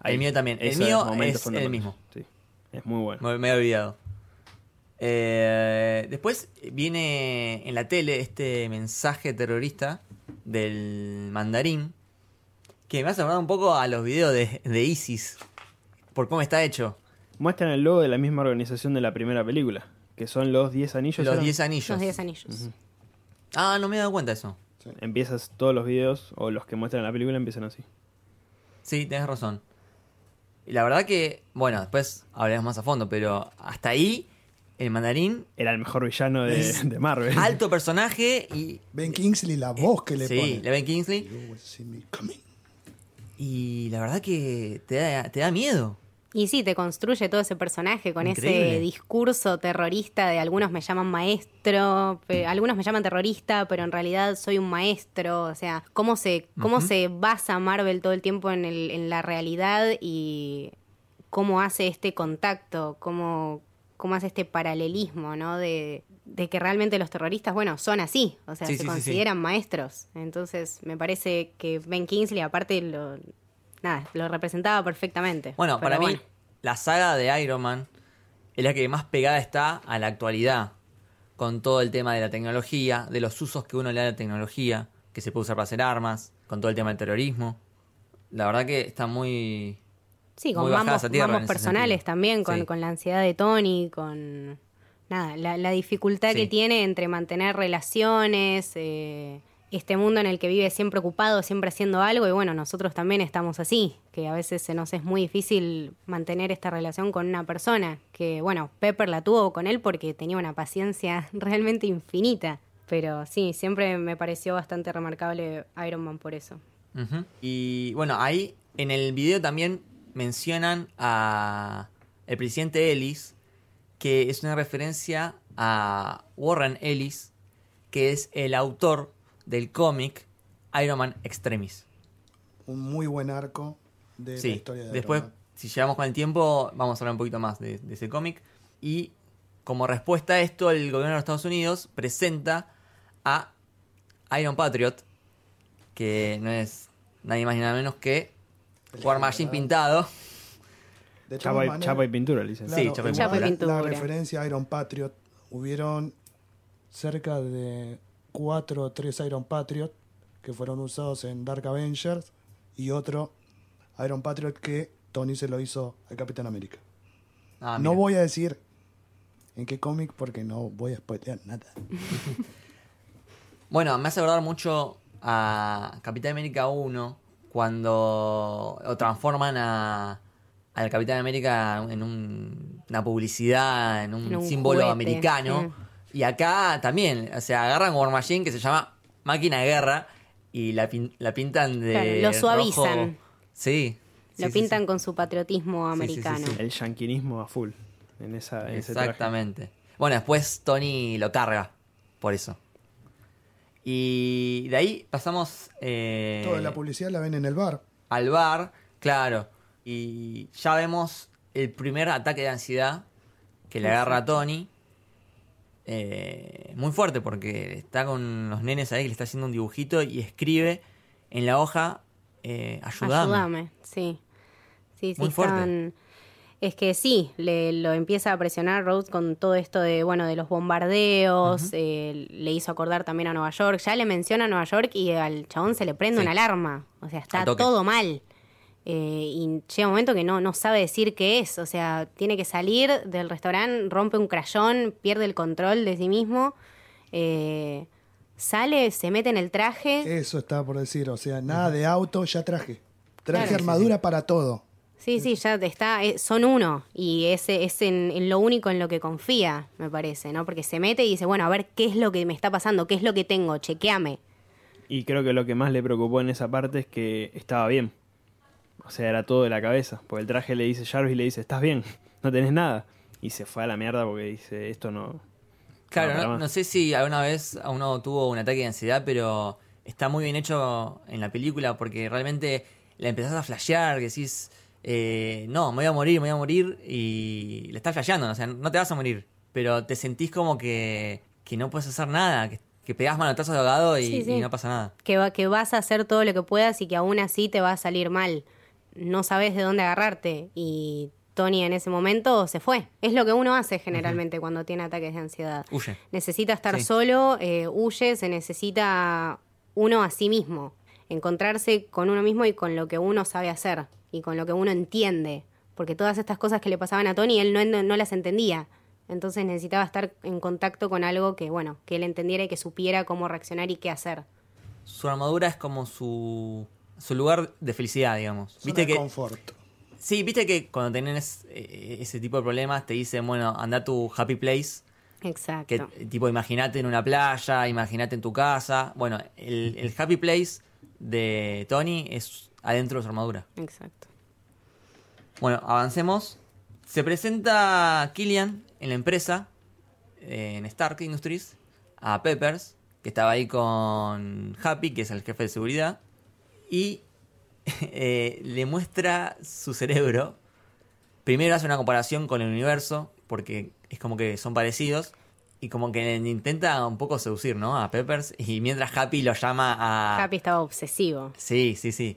[SPEAKER 2] El mío también. El
[SPEAKER 3] eso
[SPEAKER 2] mío
[SPEAKER 3] momento
[SPEAKER 2] es
[SPEAKER 3] fondo de
[SPEAKER 2] el
[SPEAKER 3] pantalla. Sí, es muy bueno.
[SPEAKER 2] Me, me he olvidado. Eh, después viene en la tele este mensaje terrorista del mandarín que me hace acordar un poco a los videos de, de ISIS por cómo está hecho.
[SPEAKER 3] Muestran el logo de la misma organización de la primera película, que son los 10 anillos.
[SPEAKER 2] Los
[SPEAKER 3] ¿eran?
[SPEAKER 2] 10 anillos.
[SPEAKER 4] Los 10 anillos.
[SPEAKER 2] Ah, no me he dado cuenta de eso.
[SPEAKER 3] Empiezas todos los videos, o los que muestran en la película, empiezan así.
[SPEAKER 2] Sí, tenés razón. Y la verdad que, bueno, después hablaremos más a fondo, pero hasta ahí el mandarín,
[SPEAKER 3] Era el mejor villano de, de Marvel.
[SPEAKER 2] alto personaje y...
[SPEAKER 5] Ben Kingsley, la voz que le
[SPEAKER 2] eh, sí,
[SPEAKER 5] pone.
[SPEAKER 2] Leven Kingsley.
[SPEAKER 5] You will see me coming.
[SPEAKER 2] Y la verdad que te da, te da miedo.
[SPEAKER 4] Y sí, te construye todo ese personaje con
[SPEAKER 2] Increíble.
[SPEAKER 4] ese discurso terrorista de algunos me llaman maestro, pe- algunos me llaman terrorista, pero en realidad soy un maestro. O sea, cómo se, cómo se basa Marvel todo el tiempo en, el- en la realidad y cómo hace este contacto, cómo, cómo hace este paralelismo, ¿no? De, de que realmente los terroristas, bueno, son así, o sea,
[SPEAKER 2] Sí,
[SPEAKER 4] se
[SPEAKER 2] sí, sí, sí.
[SPEAKER 4] consideran maestros. Entonces, me parece que Ben Kingsley, aparte, lo, nada, lo representaba perfectamente.
[SPEAKER 2] Bueno,
[SPEAKER 4] Pero
[SPEAKER 2] para mí,
[SPEAKER 4] bueno.
[SPEAKER 2] la saga de Iron Man es la que más pegada está a la actualidad. Con todo el tema de la tecnología, de los usos que uno le da a la tecnología, que se puede usar para hacer armas, con todo el tema del terrorismo. La verdad que está muy.
[SPEAKER 4] Sí, con
[SPEAKER 2] muy bajadas
[SPEAKER 4] mamos,
[SPEAKER 2] a tierra
[SPEAKER 4] mamos
[SPEAKER 2] en ese
[SPEAKER 4] personales
[SPEAKER 2] sentido.
[SPEAKER 4] también, con,
[SPEAKER 2] Sí.
[SPEAKER 4] con la ansiedad de Tony, con nada, la, la dificultad
[SPEAKER 2] Sí.
[SPEAKER 4] que tiene entre mantener relaciones, eh, este mundo en el que vive siempre ocupado, siempre haciendo algo, y bueno, nosotros también estamos así, que a veces se nos es muy difícil mantener esta relación con una persona, que bueno, Pepper la tuvo con él porque tenía una paciencia realmente infinita, pero sí, siempre me pareció bastante remarcable Iron Man por eso.
[SPEAKER 2] Ujú. Y bueno, ahí en el video también mencionan a el presidente Ellis, que es una referencia a Warren Ellis, que es el autor del cómic Iron Man Extremis.
[SPEAKER 5] Un muy buen arco de
[SPEAKER 2] Sí,
[SPEAKER 5] la historia de
[SPEAKER 2] después,
[SPEAKER 5] Iron Man.
[SPEAKER 2] si llegamos con el tiempo, vamos a hablar un poquito más de, de ese cómic. Y como respuesta a esto, el gobierno de los Estados Unidos presenta a Iron Patriot, que no es nadie más ni nada menos que War Machine pintado.
[SPEAKER 5] De todas
[SPEAKER 3] Chapa y,
[SPEAKER 5] maneras-
[SPEAKER 3] chapa y pintura, le dicen.
[SPEAKER 2] Sí, chapa y
[SPEAKER 5] igual
[SPEAKER 4] pintura.
[SPEAKER 5] La,
[SPEAKER 4] Pintura.
[SPEAKER 5] referencia a Iron Patriot. Hubieron cerca de 4 o 3 Iron Patriot que fueron usados en Dark Avengers y otro Iron Patriot que Tony se lo hizo al Capitán América.
[SPEAKER 2] Ah,
[SPEAKER 5] no
[SPEAKER 2] mira.
[SPEAKER 5] voy a decir en qué cómic porque no voy a spoilear nada.
[SPEAKER 2] Bueno, me hace acordar mucho a Capitán América 1, cuando o transforman a, al Capitán América en un- una publicidad, en un,
[SPEAKER 4] En un
[SPEAKER 2] símbolo
[SPEAKER 4] juguete,
[SPEAKER 2] americano. Y acá también, o sea, agarran War Machine que se llama Máquina de Guerra y la, pin- la pintan de.
[SPEAKER 4] Claro, lo suavizan.
[SPEAKER 2] rojo. Sí.
[SPEAKER 4] Lo
[SPEAKER 2] sí, sí,
[SPEAKER 4] pintan
[SPEAKER 2] sí.
[SPEAKER 4] con su patriotismo
[SPEAKER 2] Sí, sí, sí,
[SPEAKER 4] americano.
[SPEAKER 2] sí.
[SPEAKER 3] El yanquinismo a full. En, esa, en ese traje.
[SPEAKER 2] Exactamente. Bueno, después Tony lo carga, por eso. Y de ahí pasamos. Eh,
[SPEAKER 5] Toda la publicidad la ven en el bar.
[SPEAKER 2] al bar, claro, y ya vemos el primer ataque de ansiedad que le agarra a Tony. Eh, muy fuerte porque está con los nenes ahí que le está haciendo un dibujito y escribe en la hoja, eh, ayúdame.
[SPEAKER 4] Ayúdame, sí. Sí, sí,
[SPEAKER 2] Muy fuerte.
[SPEAKER 4] estaban- es que sí, le, lo empieza a presionar Rhodes con todo esto de, bueno, de los bombardeos, eh, le hizo acordar también a Nueva York, ya le menciona a Nueva York y al chabón se le prende
[SPEAKER 2] Sí.
[SPEAKER 4] una alarma, o sea, está
[SPEAKER 2] Al toque.
[SPEAKER 4] todo mal. Eh, y llega un momento que no, no sabe decir qué es, o sea, tiene que salir del restaurante, rompe un crayón, pierde el control de sí mismo, eh, sale, se mete en el traje.
[SPEAKER 5] Eso estaba por decir, o sea, nada de auto, ya traje. Traje
[SPEAKER 4] Claro, sí,
[SPEAKER 5] armadura para todo.
[SPEAKER 4] Sí, sí, ya está, eh, son uno y ese es en, en lo único en lo que confía, me parece, ¿no? Porque se mete y dice, bueno, a ver qué es lo que me está pasando, qué es lo que tengo, chequeame.
[SPEAKER 3] Y creo que lo que más le preocupó en esa parte es que estaba bien. O sea, era todo de la cabeza. Porque el traje le dice Jarvis y le dice, estás bien, no tenés nada. Y se fue a la mierda porque dice, esto no...
[SPEAKER 2] Claro,
[SPEAKER 3] para
[SPEAKER 2] no,
[SPEAKER 3] más".
[SPEAKER 2] no sé si alguna vez a uno tuvo un ataque de ansiedad, pero está muy bien hecho en la película porque realmente la empezás a flashear, que decís, eh, no, me voy a morir, me voy a morir, y le estás flasheando, o sea, no te vas a morir, pero te sentís como que, que no puedes hacer nada, que, que pegás manotazos de ahogado y,
[SPEAKER 4] Sí, sí.
[SPEAKER 2] y no pasa nada.
[SPEAKER 4] Que, va, que vas a hacer todo lo que puedas y que aún así te va a salir mal. No sabes de dónde agarrarte y Tony en ese momento se fue. Es lo que uno hace generalmente cuando tiene ataques de ansiedad.
[SPEAKER 2] Huye.
[SPEAKER 4] Necesita estar
[SPEAKER 2] Sí.
[SPEAKER 4] solo, eh, huye, se necesita uno a sí mismo, encontrarse con uno mismo y con lo que uno sabe hacer y con lo que uno entiende, porque todas estas cosas que le pasaban a Tony él no, no- no las entendía, entonces necesitaba estar en contacto con algo que, bueno, que él entendiera y que supiera cómo reaccionar y qué hacer.
[SPEAKER 2] Su armadura es como su, su lugar de felicidad, digamos.
[SPEAKER 5] Zona
[SPEAKER 2] Viste
[SPEAKER 5] de
[SPEAKER 2] que,
[SPEAKER 5] confort.
[SPEAKER 2] Sí, viste que cuando tenés eh, ese tipo de problemas te dicen, bueno, anda a tu happy place,
[SPEAKER 4] Exacto.
[SPEAKER 2] que eh, tipo imagínate en una playa, imagínate en tu casa. Bueno, el, el happy place de Tony es adentro de su armadura.
[SPEAKER 4] Exacto.
[SPEAKER 2] Bueno, avancemos. Se presenta Killian en la empresa, eh, en Stark Industries, a Peppers, que estaba ahí con Happy, que es el jefe de seguridad, y eh, le muestra su cerebro. Primero hace una comparación con el universo, porque es como que son parecidos, y como que intenta un poco seducir, ¿no? A Peppers, y mientras Happy lo llama a...
[SPEAKER 4] Happy estaba obsesivo.
[SPEAKER 2] Sí, sí, sí.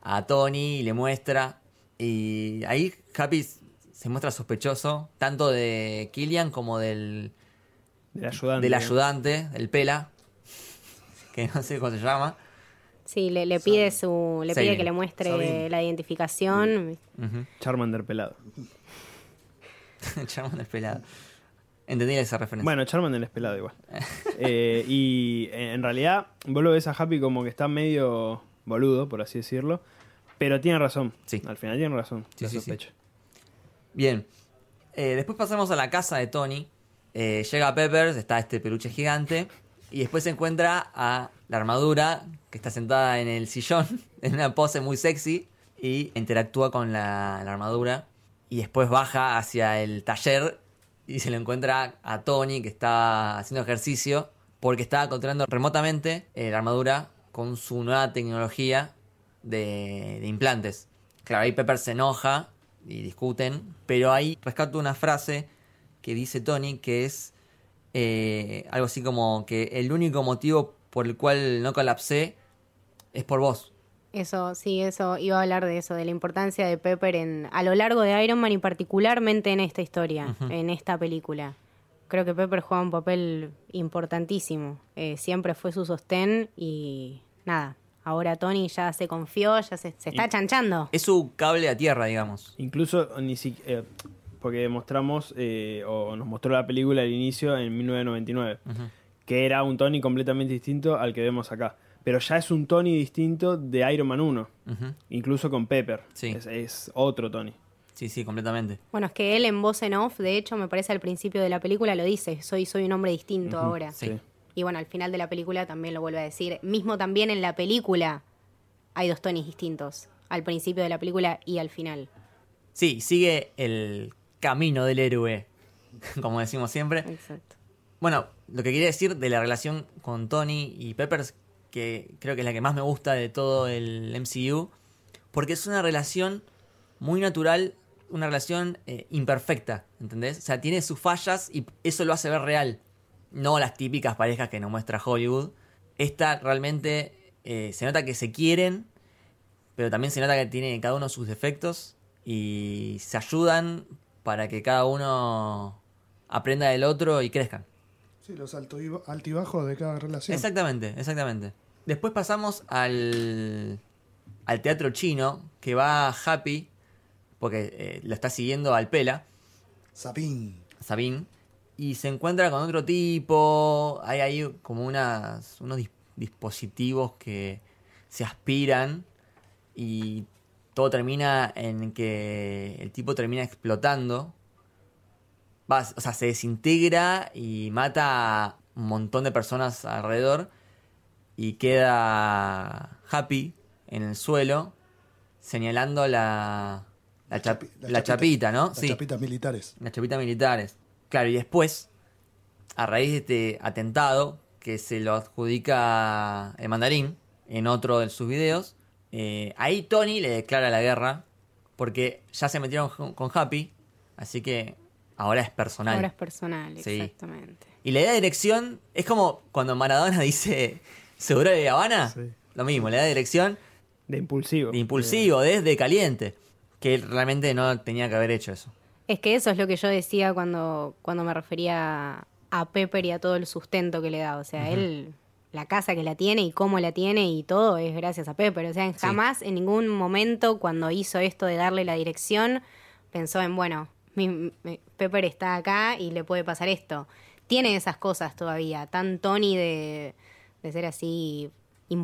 [SPEAKER 2] A Tony y le muestra. Y ahí Happy s- se muestra sospechoso, tanto de Killian como del,
[SPEAKER 3] Del ayudante.
[SPEAKER 2] del ayudante, del Pela, que no sé cómo se llama.
[SPEAKER 4] Sí, le, le pide su, le pide
[SPEAKER 2] Sabine.
[SPEAKER 4] que le muestre
[SPEAKER 5] Sabine.
[SPEAKER 4] la identificación.
[SPEAKER 3] Charmander pelado.
[SPEAKER 2] Charmander pelado. Entendí esa referencia.
[SPEAKER 3] Bueno, Charmander es pelado igual. Eh, y eh, en realidad, vos lo ves a Happy como que está medio boludo, por así decirlo. Pero tiene razón.
[SPEAKER 2] Sí.
[SPEAKER 3] Al final tiene razón.
[SPEAKER 2] Sí,
[SPEAKER 3] la
[SPEAKER 2] sí, sí.
[SPEAKER 3] sospecha.
[SPEAKER 2] Bien. Eh, después pasamos a la casa de Tony. Eh, llega Peppers, está este peluche gigante. Y después se encuentra a la armadura, que está sentada en el sillón, en una pose muy sexy. Y interactúa con la, la armadura. Y después baja hacia el taller y se lo encuentra a Tony, que está haciendo ejercicio. Porque está controlando remotamente eh, la armadura con su nueva tecnología de, de implantes. Claro, ahí Pepper se enoja y discuten, pero ahí rescato una frase que dice Tony que es eh, algo así como que el único motivo por el cual no colapsé es por vos.
[SPEAKER 4] Eso, sí, eso, iba a hablar de eso, de la importancia de Pepper en, a lo largo de Iron Man y particularmente en esta historia, en esta película. Creo que Pepper juega un papel importantísimo. Eh, siempre fue su sostén y nada. Ahora Tony ya se confió, ya se, se está
[SPEAKER 3] Y-
[SPEAKER 4] chanchando.
[SPEAKER 2] Es su cable a tierra, digamos.
[SPEAKER 3] Incluso ni siquiera. porque mostramos, eh, o nos mostró la película al inicio en 1999, que era un Tony completamente distinto al que vemos acá. Pero ya es un Tony distinto de Iron Man 1,
[SPEAKER 2] Ujú.
[SPEAKER 3] incluso con Pepper.
[SPEAKER 2] Sí.
[SPEAKER 3] Es, es otro Tony.
[SPEAKER 2] Sí, sí, completamente.
[SPEAKER 4] Bueno, es que él en voz en off, de hecho, me parece al principio de la película lo dice, soy, soy un hombre distinto ahora.
[SPEAKER 2] Sí.
[SPEAKER 4] Y bueno, al final de la película también lo vuelve a decir. Mismo también en la película hay dos Tonys distintos. Al principio de la película y al final.
[SPEAKER 2] Sí, sigue el camino del héroe, como decimos siempre.
[SPEAKER 4] Exacto.
[SPEAKER 2] Bueno, lo que quería decir de la relación con Tony y Peppers, que creo que es la que más me gusta de todo el MCU, porque es una relación muy natural, una relación eh, imperfecta, ¿entendés? O sea, tiene sus fallas y eso lo hace ver real, no las típicas parejas que nos muestra Hollywood. Esta realmente eh, se nota que se quieren, pero también se nota que tiene cada uno sus defectos y se ayudan para que cada uno aprenda del otro y crezcan.
[SPEAKER 5] Sí, los altiba- altibajos de cada relación.
[SPEAKER 2] Exactamente, exactamente. Después pasamos al, al teatro chino, que va Happy, porque eh, lo está siguiendo al Pela,
[SPEAKER 5] Sapín.
[SPEAKER 2] Sabín, y se encuentra con otro tipo, hay ahí como unas, unos dis- dispositivos que se aspiran y todo termina en que el tipo termina explotando. Va, o sea, se desintegra y mata a un montón de personas alrededor. Y queda Happy en el suelo, señalando la, la, chap-
[SPEAKER 5] chapi-
[SPEAKER 2] la chapita, ¿no?
[SPEAKER 5] Las chapitas militares.
[SPEAKER 2] Las chapitas militares. Claro, y después, a raíz de este atentado que se lo adjudica el mandarín en otro de sus videos, eh, ahí Tony le declara la guerra porque ya se metieron con con Happy, así que ahora es personal.
[SPEAKER 4] Obras personales,
[SPEAKER 2] Sí.
[SPEAKER 4] exactamente.
[SPEAKER 2] Y la idea de dirección es como cuando Maradona dice seguro de La Habana,
[SPEAKER 3] Sí.
[SPEAKER 2] lo mismo, la idea de dirección
[SPEAKER 3] De impulsivo.
[SPEAKER 2] de impulsivo, desde caliente, que él realmente no tenía que haber hecho eso.
[SPEAKER 4] Es que eso es lo que yo decía cuando, cuando me refería a Pepper y a todo el sustento que le da. O sea, él, la casa que la tiene y cómo la tiene y todo es gracias a Pepper. O sea, en- jamás en ningún momento cuando hizo esto de darle la dirección, pensó en, bueno, mi- mi- Pepper está acá y le puede pasar esto. Tiene esas cosas todavía, tan Tony de, de ser así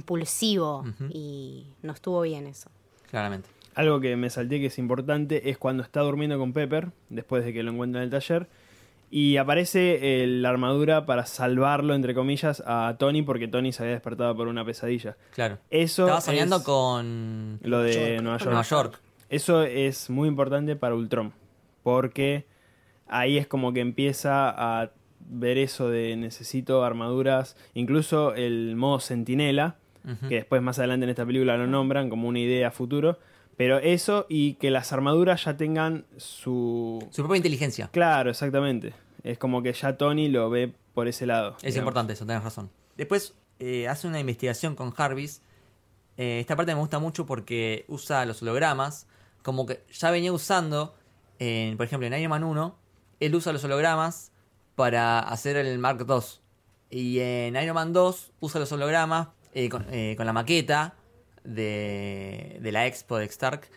[SPEAKER 4] impulsivo y no estuvo bien eso.
[SPEAKER 2] Claramente.
[SPEAKER 3] Algo que me salté que es importante es cuando está durmiendo con Pepper, después de que lo encuentra en el taller, y aparece eh, la armadura para salvarlo, entre comillas, a Tony, porque Tony se había despertado por una pesadilla.
[SPEAKER 2] Claro.
[SPEAKER 3] Eso
[SPEAKER 2] Estaba soñando
[SPEAKER 3] es
[SPEAKER 2] con
[SPEAKER 3] lo de Nueva York.
[SPEAKER 2] Nueva York.
[SPEAKER 3] Eso es muy importante para Ultron, porque ahí es como que empieza a ver eso de necesito armaduras, incluso el modo sentinela, que después más adelante en esta película lo nombran como una idea a futuro, pero eso y que las armaduras ya tengan su...
[SPEAKER 2] Su propia inteligencia.
[SPEAKER 3] Claro, exactamente. Es como que ya Tony lo ve por ese lado.
[SPEAKER 2] Es
[SPEAKER 3] digamos.
[SPEAKER 2] importante eso, tenés razón. Después eh, hace una investigación con Jarvis. Eh, esta parte me gusta mucho porque usa los hologramas. Como que ya venía usando, en, por ejemplo, en Iron Man 1, él usa los hologramas para hacer el Mark II. Y en Iron Man 2 usa los hologramas eh, con, eh, con la maqueta de, de la expo de Stark.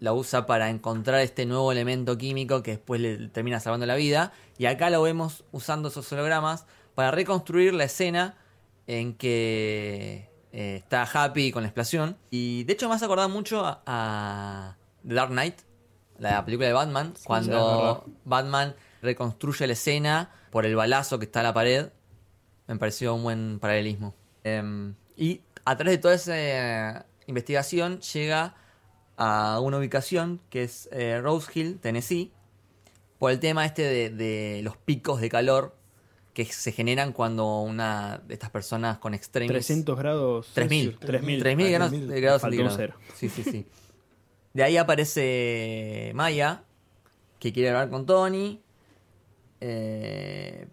[SPEAKER 2] La usa para encontrar este nuevo elemento químico que después le termina salvando la vida. Y acá lo vemos usando esos hologramas para reconstruir la escena en que eh, está Happy con la explosión. Y de hecho me has acordado mucho a, a The Dark Knight, la película de Batman, cuando Batman reconstruye la escena por el balazo que está en la pared. Me pareció un buen paralelismo. Em, y a través de toda esa eh, investigación llega a una ubicación que es eh, Rose Hill, Tennessee, por el tema este de, de los picos de calor que se generan cuando una de estas personas con extremis...
[SPEAKER 3] 300 grados.
[SPEAKER 2] 3000.
[SPEAKER 3] 3000.
[SPEAKER 2] 3000 grados,
[SPEAKER 5] 3000.
[SPEAKER 2] grados
[SPEAKER 3] Faltó un
[SPEAKER 2] centígrados.
[SPEAKER 3] cero.
[SPEAKER 2] Sí, sí, sí. De ahí aparece Maya, que quiere hablar con Tony. Eh,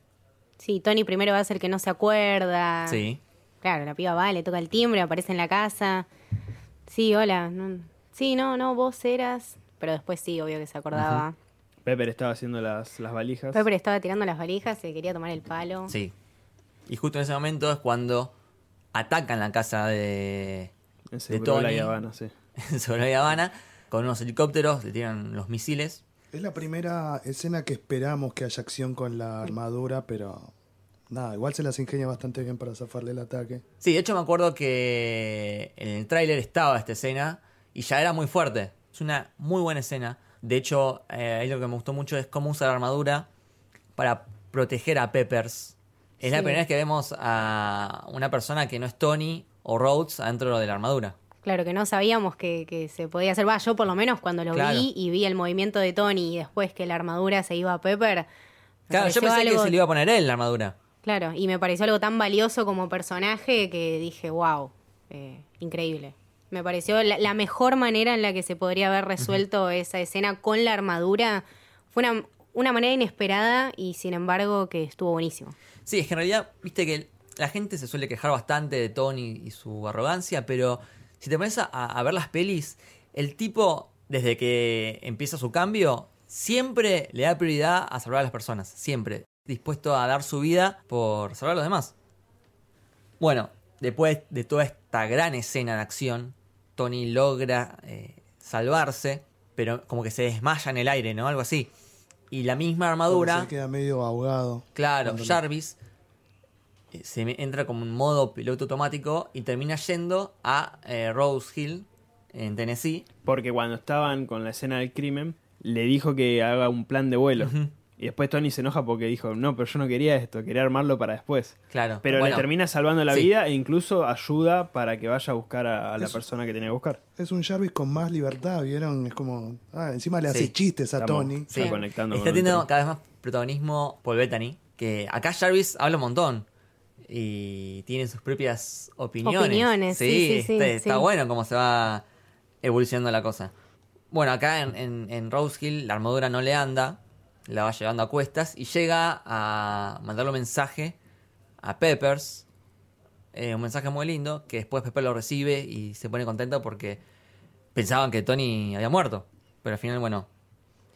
[SPEAKER 4] Sí, Tony primero va a ser el que no se acuerda.
[SPEAKER 2] sí.
[SPEAKER 4] Claro, la piba va, le toca el timbre, aparece en la casa. Sí, hola. no- sí, no, no, vos eras. Pero después sí, obvio que se acordaba.
[SPEAKER 3] Pepper estaba haciendo las, las valijas.
[SPEAKER 4] Pepper estaba tirando las valijas, se quería tomar el palo.
[SPEAKER 2] Sí. Y justo en ese momento es cuando atacan la casa de, de
[SPEAKER 3] en Segurola
[SPEAKER 2] Tony
[SPEAKER 3] y Habana, sí.
[SPEAKER 2] sobre la Habana con unos helicópteros, le tiran los misiles.
[SPEAKER 5] Es la primera escena que esperamos que haya acción con la armadura, pero nada, igual se las ingenia bastante bien para zafarle el ataque.
[SPEAKER 2] Sí, de hecho me acuerdo que en el tráiler estaba esta escena y ya era muy fuerte. Es una muy buena escena. De hecho, eh, ahí lo que me gustó mucho es cómo usa la armadura para proteger a Peppers. Es la
[SPEAKER 4] Sí.
[SPEAKER 2] primera vez que vemos a una persona que no es Tony o Rhodes adentro de la armadura.
[SPEAKER 4] Claro, que no sabíamos que, que se podía hacer. Va, yo por lo menos cuando lo
[SPEAKER 2] Claro.
[SPEAKER 4] vi y vi el movimiento de Tony y después que la armadura se iba a Pepper. me
[SPEAKER 2] Claro, yo
[SPEAKER 4] pareció
[SPEAKER 2] pensé que
[SPEAKER 4] algo-
[SPEAKER 2] se le iba a poner él la armadura.
[SPEAKER 4] Claro, y me pareció algo tan valioso como personaje que dije, wow, eh, increíble. Me pareció la, la mejor manera en la que se podría haber resuelto esa escena con la armadura. Fue una, una manera inesperada y sin embargo que estuvo buenísimo.
[SPEAKER 2] Sí, es que en realidad, viste que la gente se suele quejar bastante de Tony y su arrogancia, pero si te pones a, a ver las pelis, el tipo desde que empieza su cambio, siempre le da prioridad a salvar a las personas. Siempre. Dispuesto a dar su vida por salvar a los demás. Bueno, después de toda esta gran escena de acción, Tony logra eh, salvarse, pero como que se desmaya en el aire, ¿no? Algo así. Y la misma armadura.
[SPEAKER 5] Se queda medio ahogado.
[SPEAKER 2] Claro,
[SPEAKER 5] Cuando le-
[SPEAKER 2] Jarvis eh, se me- entra como en modo piloto automático y termina yendo a eh, Rose Hill en Tennessee.
[SPEAKER 3] Porque cuando estaban con la escena del crimen, le dijo que haga un plan de vuelo. Y después Tony se enoja porque dijo, no, pero yo no quería esto, quería armarlo para después.
[SPEAKER 2] Claro.
[SPEAKER 3] Pero
[SPEAKER 2] bueno,
[SPEAKER 3] le termina salvando la
[SPEAKER 2] sí.
[SPEAKER 3] vida e incluso ayuda para que vaya a buscar a, a la
[SPEAKER 5] Eso-
[SPEAKER 3] persona que tenía que buscar.
[SPEAKER 5] Es un Jarvis con más libertad, ¿vieron? Es como. Ah, encima le hace
[SPEAKER 2] Sí.
[SPEAKER 5] chistes a
[SPEAKER 3] Estamos
[SPEAKER 5] Tony.
[SPEAKER 3] ya
[SPEAKER 2] Sí.
[SPEAKER 3] conectando
[SPEAKER 2] Está
[SPEAKER 3] con el
[SPEAKER 2] teniendo
[SPEAKER 3] tema.
[SPEAKER 2] cada vez más protagonismo Paul Bettany, que acá Jarvis habla un montón y tiene sus propias opiniones.
[SPEAKER 4] Opiniones, sí, sí, sí,
[SPEAKER 2] está,
[SPEAKER 4] sí.
[SPEAKER 2] está bueno cómo se va evolucionando la cosa. Bueno, acá en, en, en Rose Hill la armadura no le anda, la va llevando a cuestas y llega a mandarle un mensaje a Peppers, eh, un mensaje muy lindo, que después Pepper lo recibe y se pone contento porque pensaban que Tony había muerto, pero al final, bueno,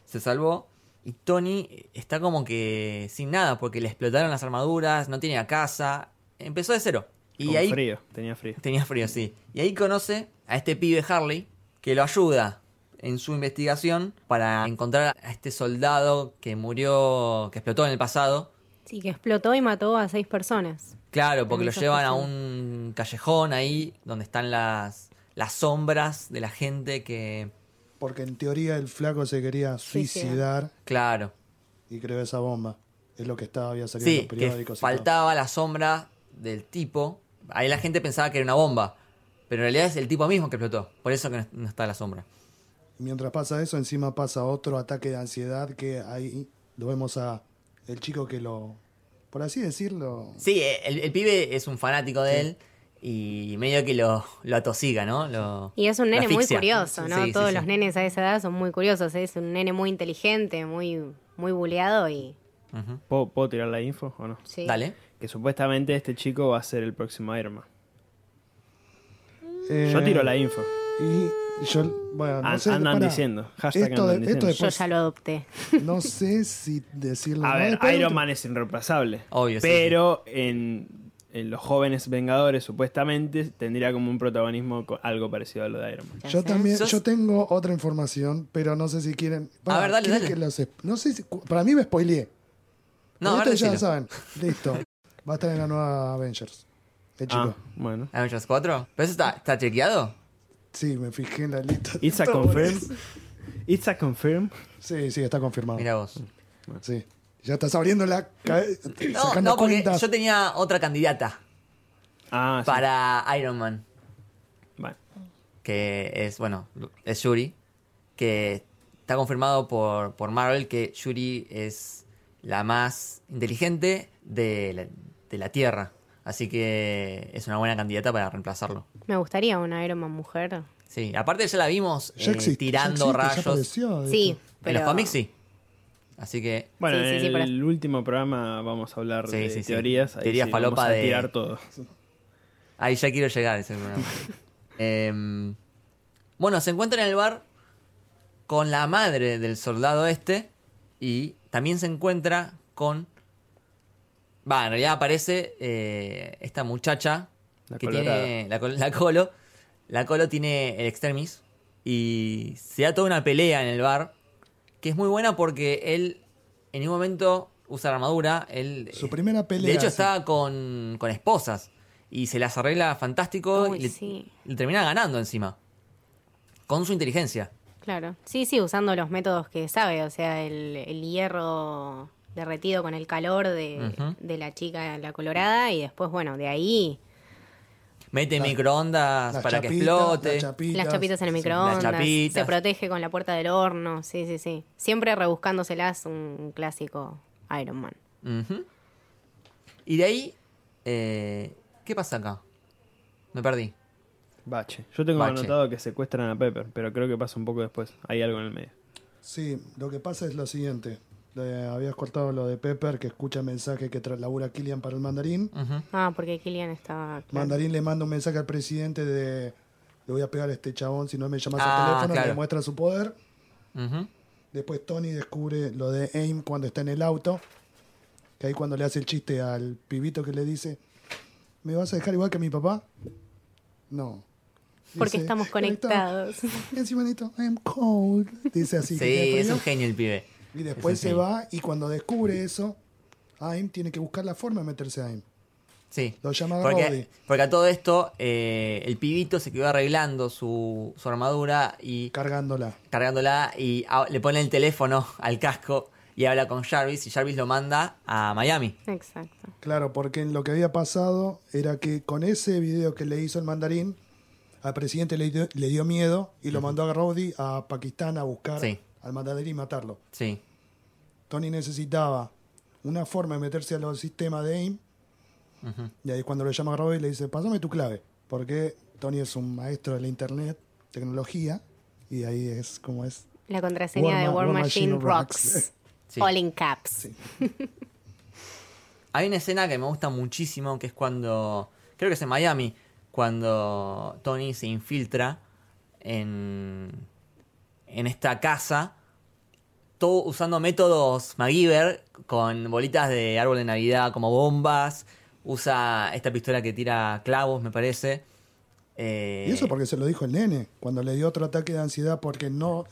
[SPEAKER 2] se salvó. Y Tony está como que sin nada, porque le explotaron las armaduras, no tenía casa, empezó de cero. Y
[SPEAKER 3] Con
[SPEAKER 2] ahí
[SPEAKER 3] frío, tenía frío.
[SPEAKER 2] Tenía frío, sí. Y ahí conoce a este pibe Harley que lo ayuda en su investigación para encontrar a este soldado que murió, que explotó en el pasado.
[SPEAKER 4] Sí, que explotó y mató a seis personas.
[SPEAKER 2] Claro, porque lo
[SPEAKER 4] Esa
[SPEAKER 2] llevan a
[SPEAKER 4] cuestión.
[SPEAKER 2] un callejón ahí donde están las, las sombras de la gente que...
[SPEAKER 5] Porque en teoría el flaco se quería
[SPEAKER 4] Suicida.
[SPEAKER 5] suicidar
[SPEAKER 2] Claro.
[SPEAKER 5] y creó esa bomba. Es lo que estaba, había salido en
[SPEAKER 2] Sí,
[SPEAKER 5] los
[SPEAKER 2] que
[SPEAKER 5] periódicos. y todo.
[SPEAKER 2] faltaba la sombra del tipo. Ahí la gente pensaba que era una bomba, pero en realidad es el tipo mismo que explotó. Por eso que no- no está la sombra.
[SPEAKER 5] Mientras pasa eso, encima pasa otro ataque de ansiedad que ahí lo vemos a el chico que lo. Por así decirlo.
[SPEAKER 2] Sí, el, el pibe es un fanático de él y medio que lo, lo atosiga, ¿no? Lo-
[SPEAKER 4] Y es un
[SPEAKER 2] lo
[SPEAKER 4] nene muy
[SPEAKER 2] asfixia.
[SPEAKER 4] curioso, ¿no?
[SPEAKER 2] Sí, sí,
[SPEAKER 4] Todos
[SPEAKER 2] sí.
[SPEAKER 4] los nenes a esa edad son muy curiosos. Es un nene muy inteligente, muy, muy buleado y...
[SPEAKER 2] Ujú.
[SPEAKER 3] ¿Puedo, puedo tirar la info o no?
[SPEAKER 4] Sí.
[SPEAKER 2] Dale.
[SPEAKER 3] Que supuestamente este chico va a ser el próximo Iron Man.
[SPEAKER 5] eh,
[SPEAKER 3] Yo tiro la info.
[SPEAKER 5] Y yo. Bueno, no
[SPEAKER 3] An-
[SPEAKER 5] sé,
[SPEAKER 3] andan
[SPEAKER 5] pará.
[SPEAKER 3] diciendo. Hashtag
[SPEAKER 5] Esto,
[SPEAKER 3] andan
[SPEAKER 5] de- esto
[SPEAKER 3] diciendo.
[SPEAKER 4] Yo
[SPEAKER 5] después.
[SPEAKER 4] ya lo adopté.
[SPEAKER 5] No sé si decirlo.
[SPEAKER 3] A
[SPEAKER 5] no,
[SPEAKER 3] ver,
[SPEAKER 5] después-
[SPEAKER 3] Iron Man es irreemplazable.
[SPEAKER 2] Obvio, sí,
[SPEAKER 3] Pero En, en los jóvenes Vengadores, supuestamente, tendría como un protagonismo co- algo parecido a lo de Iron Man.
[SPEAKER 4] Ya
[SPEAKER 5] Yo
[SPEAKER 4] sé.
[SPEAKER 5] también,
[SPEAKER 2] Sos-
[SPEAKER 5] yo tengo otra información, pero no sé si quieren. Pará,
[SPEAKER 2] ver, dale,
[SPEAKER 5] ¿quieren
[SPEAKER 2] dale.
[SPEAKER 5] que los esp- no sé si- para mí me spoileé.
[SPEAKER 2] No,
[SPEAKER 5] Pero
[SPEAKER 2] ahora
[SPEAKER 5] esto ya
[SPEAKER 2] decilo.
[SPEAKER 5] saben. Listo. Va a estar en la nueva Avengers. El
[SPEAKER 3] Ah,
[SPEAKER 5] chico.
[SPEAKER 3] bueno.
[SPEAKER 2] Avengers 4. ¿Pero eso está, está chequeado?
[SPEAKER 5] Sí, me fijé en la lista.
[SPEAKER 3] It's a
[SPEAKER 5] Todo
[SPEAKER 3] confirm.
[SPEAKER 5] eso.
[SPEAKER 3] It's a confirm.
[SPEAKER 5] Sí, sí, está confirmado.
[SPEAKER 2] Mira vos.
[SPEAKER 5] Sí. Ya estás abriendo la cabeza.
[SPEAKER 2] No,
[SPEAKER 5] sacando
[SPEAKER 2] no, porque
[SPEAKER 5] cuentas.
[SPEAKER 2] yo tenía otra candidata
[SPEAKER 3] Ah, sí.
[SPEAKER 2] para Iron Man,
[SPEAKER 3] Bueno.
[SPEAKER 2] que es, bueno, es Shuri, que está confirmado por, por Marvel que Shuri es la más inteligente de la, de la Tierra. Así que es una buena candidata para reemplazarlo.
[SPEAKER 4] Me gustaría una Iron Man mujer.
[SPEAKER 2] Sí, aparte ya la vimos
[SPEAKER 5] Ya
[SPEAKER 2] eh,
[SPEAKER 5] existe, ya
[SPEAKER 2] tirando
[SPEAKER 5] existe, ya
[SPEAKER 2] rayos.
[SPEAKER 5] apareció, de
[SPEAKER 4] Sí,
[SPEAKER 5] hecho.
[SPEAKER 2] En
[SPEAKER 4] pero...
[SPEAKER 2] los cómics sí. Así que.
[SPEAKER 3] Bueno,
[SPEAKER 4] Sí, sí, sí,
[SPEAKER 3] en
[SPEAKER 4] por
[SPEAKER 3] el último programa vamos a hablar
[SPEAKER 2] Sí,
[SPEAKER 3] de
[SPEAKER 2] sí, sí.
[SPEAKER 3] teorías. Ahí
[SPEAKER 2] Teoría
[SPEAKER 3] sí,
[SPEAKER 2] falopa
[SPEAKER 3] vamos a
[SPEAKER 2] de-
[SPEAKER 3] tirar todo.
[SPEAKER 2] Ahí ya quiero llegar a ese programa. Em, bueno, se encuentra en el bar con la madre del soldado este. Y también se encuentra con. Va, en realidad aparece eh, esta muchacha.
[SPEAKER 3] La
[SPEAKER 2] que
[SPEAKER 3] colorada.
[SPEAKER 2] tiene. La, col- la colo. La colo tiene el extremis. Y se da toda una pelea en el bar. Que es muy buena porque él en un momento usa la armadura. Él, eh,
[SPEAKER 5] Su primera pelea,
[SPEAKER 2] De hecho,
[SPEAKER 5] sí.
[SPEAKER 2] está con, con esposas. Y se las arregla fantástico.
[SPEAKER 4] Uy,
[SPEAKER 2] y le,
[SPEAKER 4] sí.
[SPEAKER 2] le termina ganando encima. Con su inteligencia.
[SPEAKER 4] Claro. Sí, sí, usando los métodos que sabe, o sea, el, el hierro derretido con el calor de,
[SPEAKER 2] Ujú.
[SPEAKER 4] de la chica, la colorada, y después, bueno, de ahí
[SPEAKER 2] Mete microondas
[SPEAKER 5] Las
[SPEAKER 2] para que
[SPEAKER 5] chapitas,
[SPEAKER 2] explote.
[SPEAKER 5] las chapitas.
[SPEAKER 4] las chapitas en el
[SPEAKER 5] Sí.
[SPEAKER 4] microondas,
[SPEAKER 2] Las chapitas.
[SPEAKER 4] se protege con la puerta del horno, sí, sí, sí. Siempre rebuscándoselas un clásico Iron Man.
[SPEAKER 2] Ujú. Y de ahí. eh, ¿Qué pasa acá? Me perdí.
[SPEAKER 3] Bache. Yo tengo
[SPEAKER 2] Bache.
[SPEAKER 3] anotado que secuestran a Pepper, pero creo que pasa un poco después. Hay algo en el medio.
[SPEAKER 5] Sí, lo que pasa es lo siguiente. Le habías cortado lo de Pepper, que escucha el mensaje que tra- labura Killian para el mandarín.
[SPEAKER 2] Ujú.
[SPEAKER 4] Ah, porque Killian estaba... claro.
[SPEAKER 5] Mandarín le manda un mensaje al presidente de le voy a pegar a este chabón si no me llamas
[SPEAKER 2] Ah,
[SPEAKER 5] al teléfono,
[SPEAKER 2] claro.
[SPEAKER 5] le muestra su poder.
[SPEAKER 2] Ujú.
[SPEAKER 5] Después Tony descubre lo de AIM cuando está en el auto. Que ahí cuando le hace el chiste al pibito que le dice, ¿me vas a dejar igual que mi papá? No.
[SPEAKER 4] Porque
[SPEAKER 5] Dice,
[SPEAKER 4] estamos conectados.
[SPEAKER 5] Y encima Nito, I'm cold. Dice así.
[SPEAKER 2] Sí,
[SPEAKER 5] que tiene
[SPEAKER 2] es
[SPEAKER 5] frío.
[SPEAKER 2] un genio el pibe.
[SPEAKER 5] Y después
[SPEAKER 2] es un
[SPEAKER 5] se
[SPEAKER 2] genio.
[SPEAKER 5] va y cuando descubre eso, AIM tiene que buscar la forma de meterse a AIM.
[SPEAKER 2] Sí.
[SPEAKER 5] Lo llama Gaudi.
[SPEAKER 2] porque, porque a todo esto, eh, el pibito se quedó arreglando su, su armadura y
[SPEAKER 5] Cargándola.
[SPEAKER 2] cargándola y a- le pone el teléfono al casco y habla con Jarvis y Jarvis lo manda a Miami.
[SPEAKER 4] Exacto.
[SPEAKER 5] Claro, porque en lo que había pasado era que con ese video que le hizo el mandarín, al presidente le dio, le dio miedo y lo mandó a Rowdy a Pakistán a buscar
[SPEAKER 2] Sí.
[SPEAKER 5] al mandarín y matarlo.
[SPEAKER 2] Sí.
[SPEAKER 5] Tony necesitaba una forma de meterse a los sistemas de AIM. Y ahí cuando lo llama Rowdy le dice, pásame tu clave. Porque Tony es un maestro de la internet, tecnología, y ahí es como es.
[SPEAKER 4] La contraseña
[SPEAKER 5] War
[SPEAKER 4] de
[SPEAKER 5] Ma-
[SPEAKER 4] War,
[SPEAKER 5] War
[SPEAKER 4] Machine,
[SPEAKER 5] Machine
[SPEAKER 4] Rocks.
[SPEAKER 5] Rocks.
[SPEAKER 2] Sí.
[SPEAKER 4] All in caps.
[SPEAKER 2] Hay una escena que me gusta muchísimo, que es cuando, creo que es en Miami, cuando Tony se infiltra en, en esta casa, todo usando métodos MacGyver, con bolitas de árbol de Navidad como bombas, usa esta pistola que tira clavos, me parece. Eh,
[SPEAKER 5] Y eso porque se lo dijo el nene, cuando le dio otro ataque de ansiedad porque no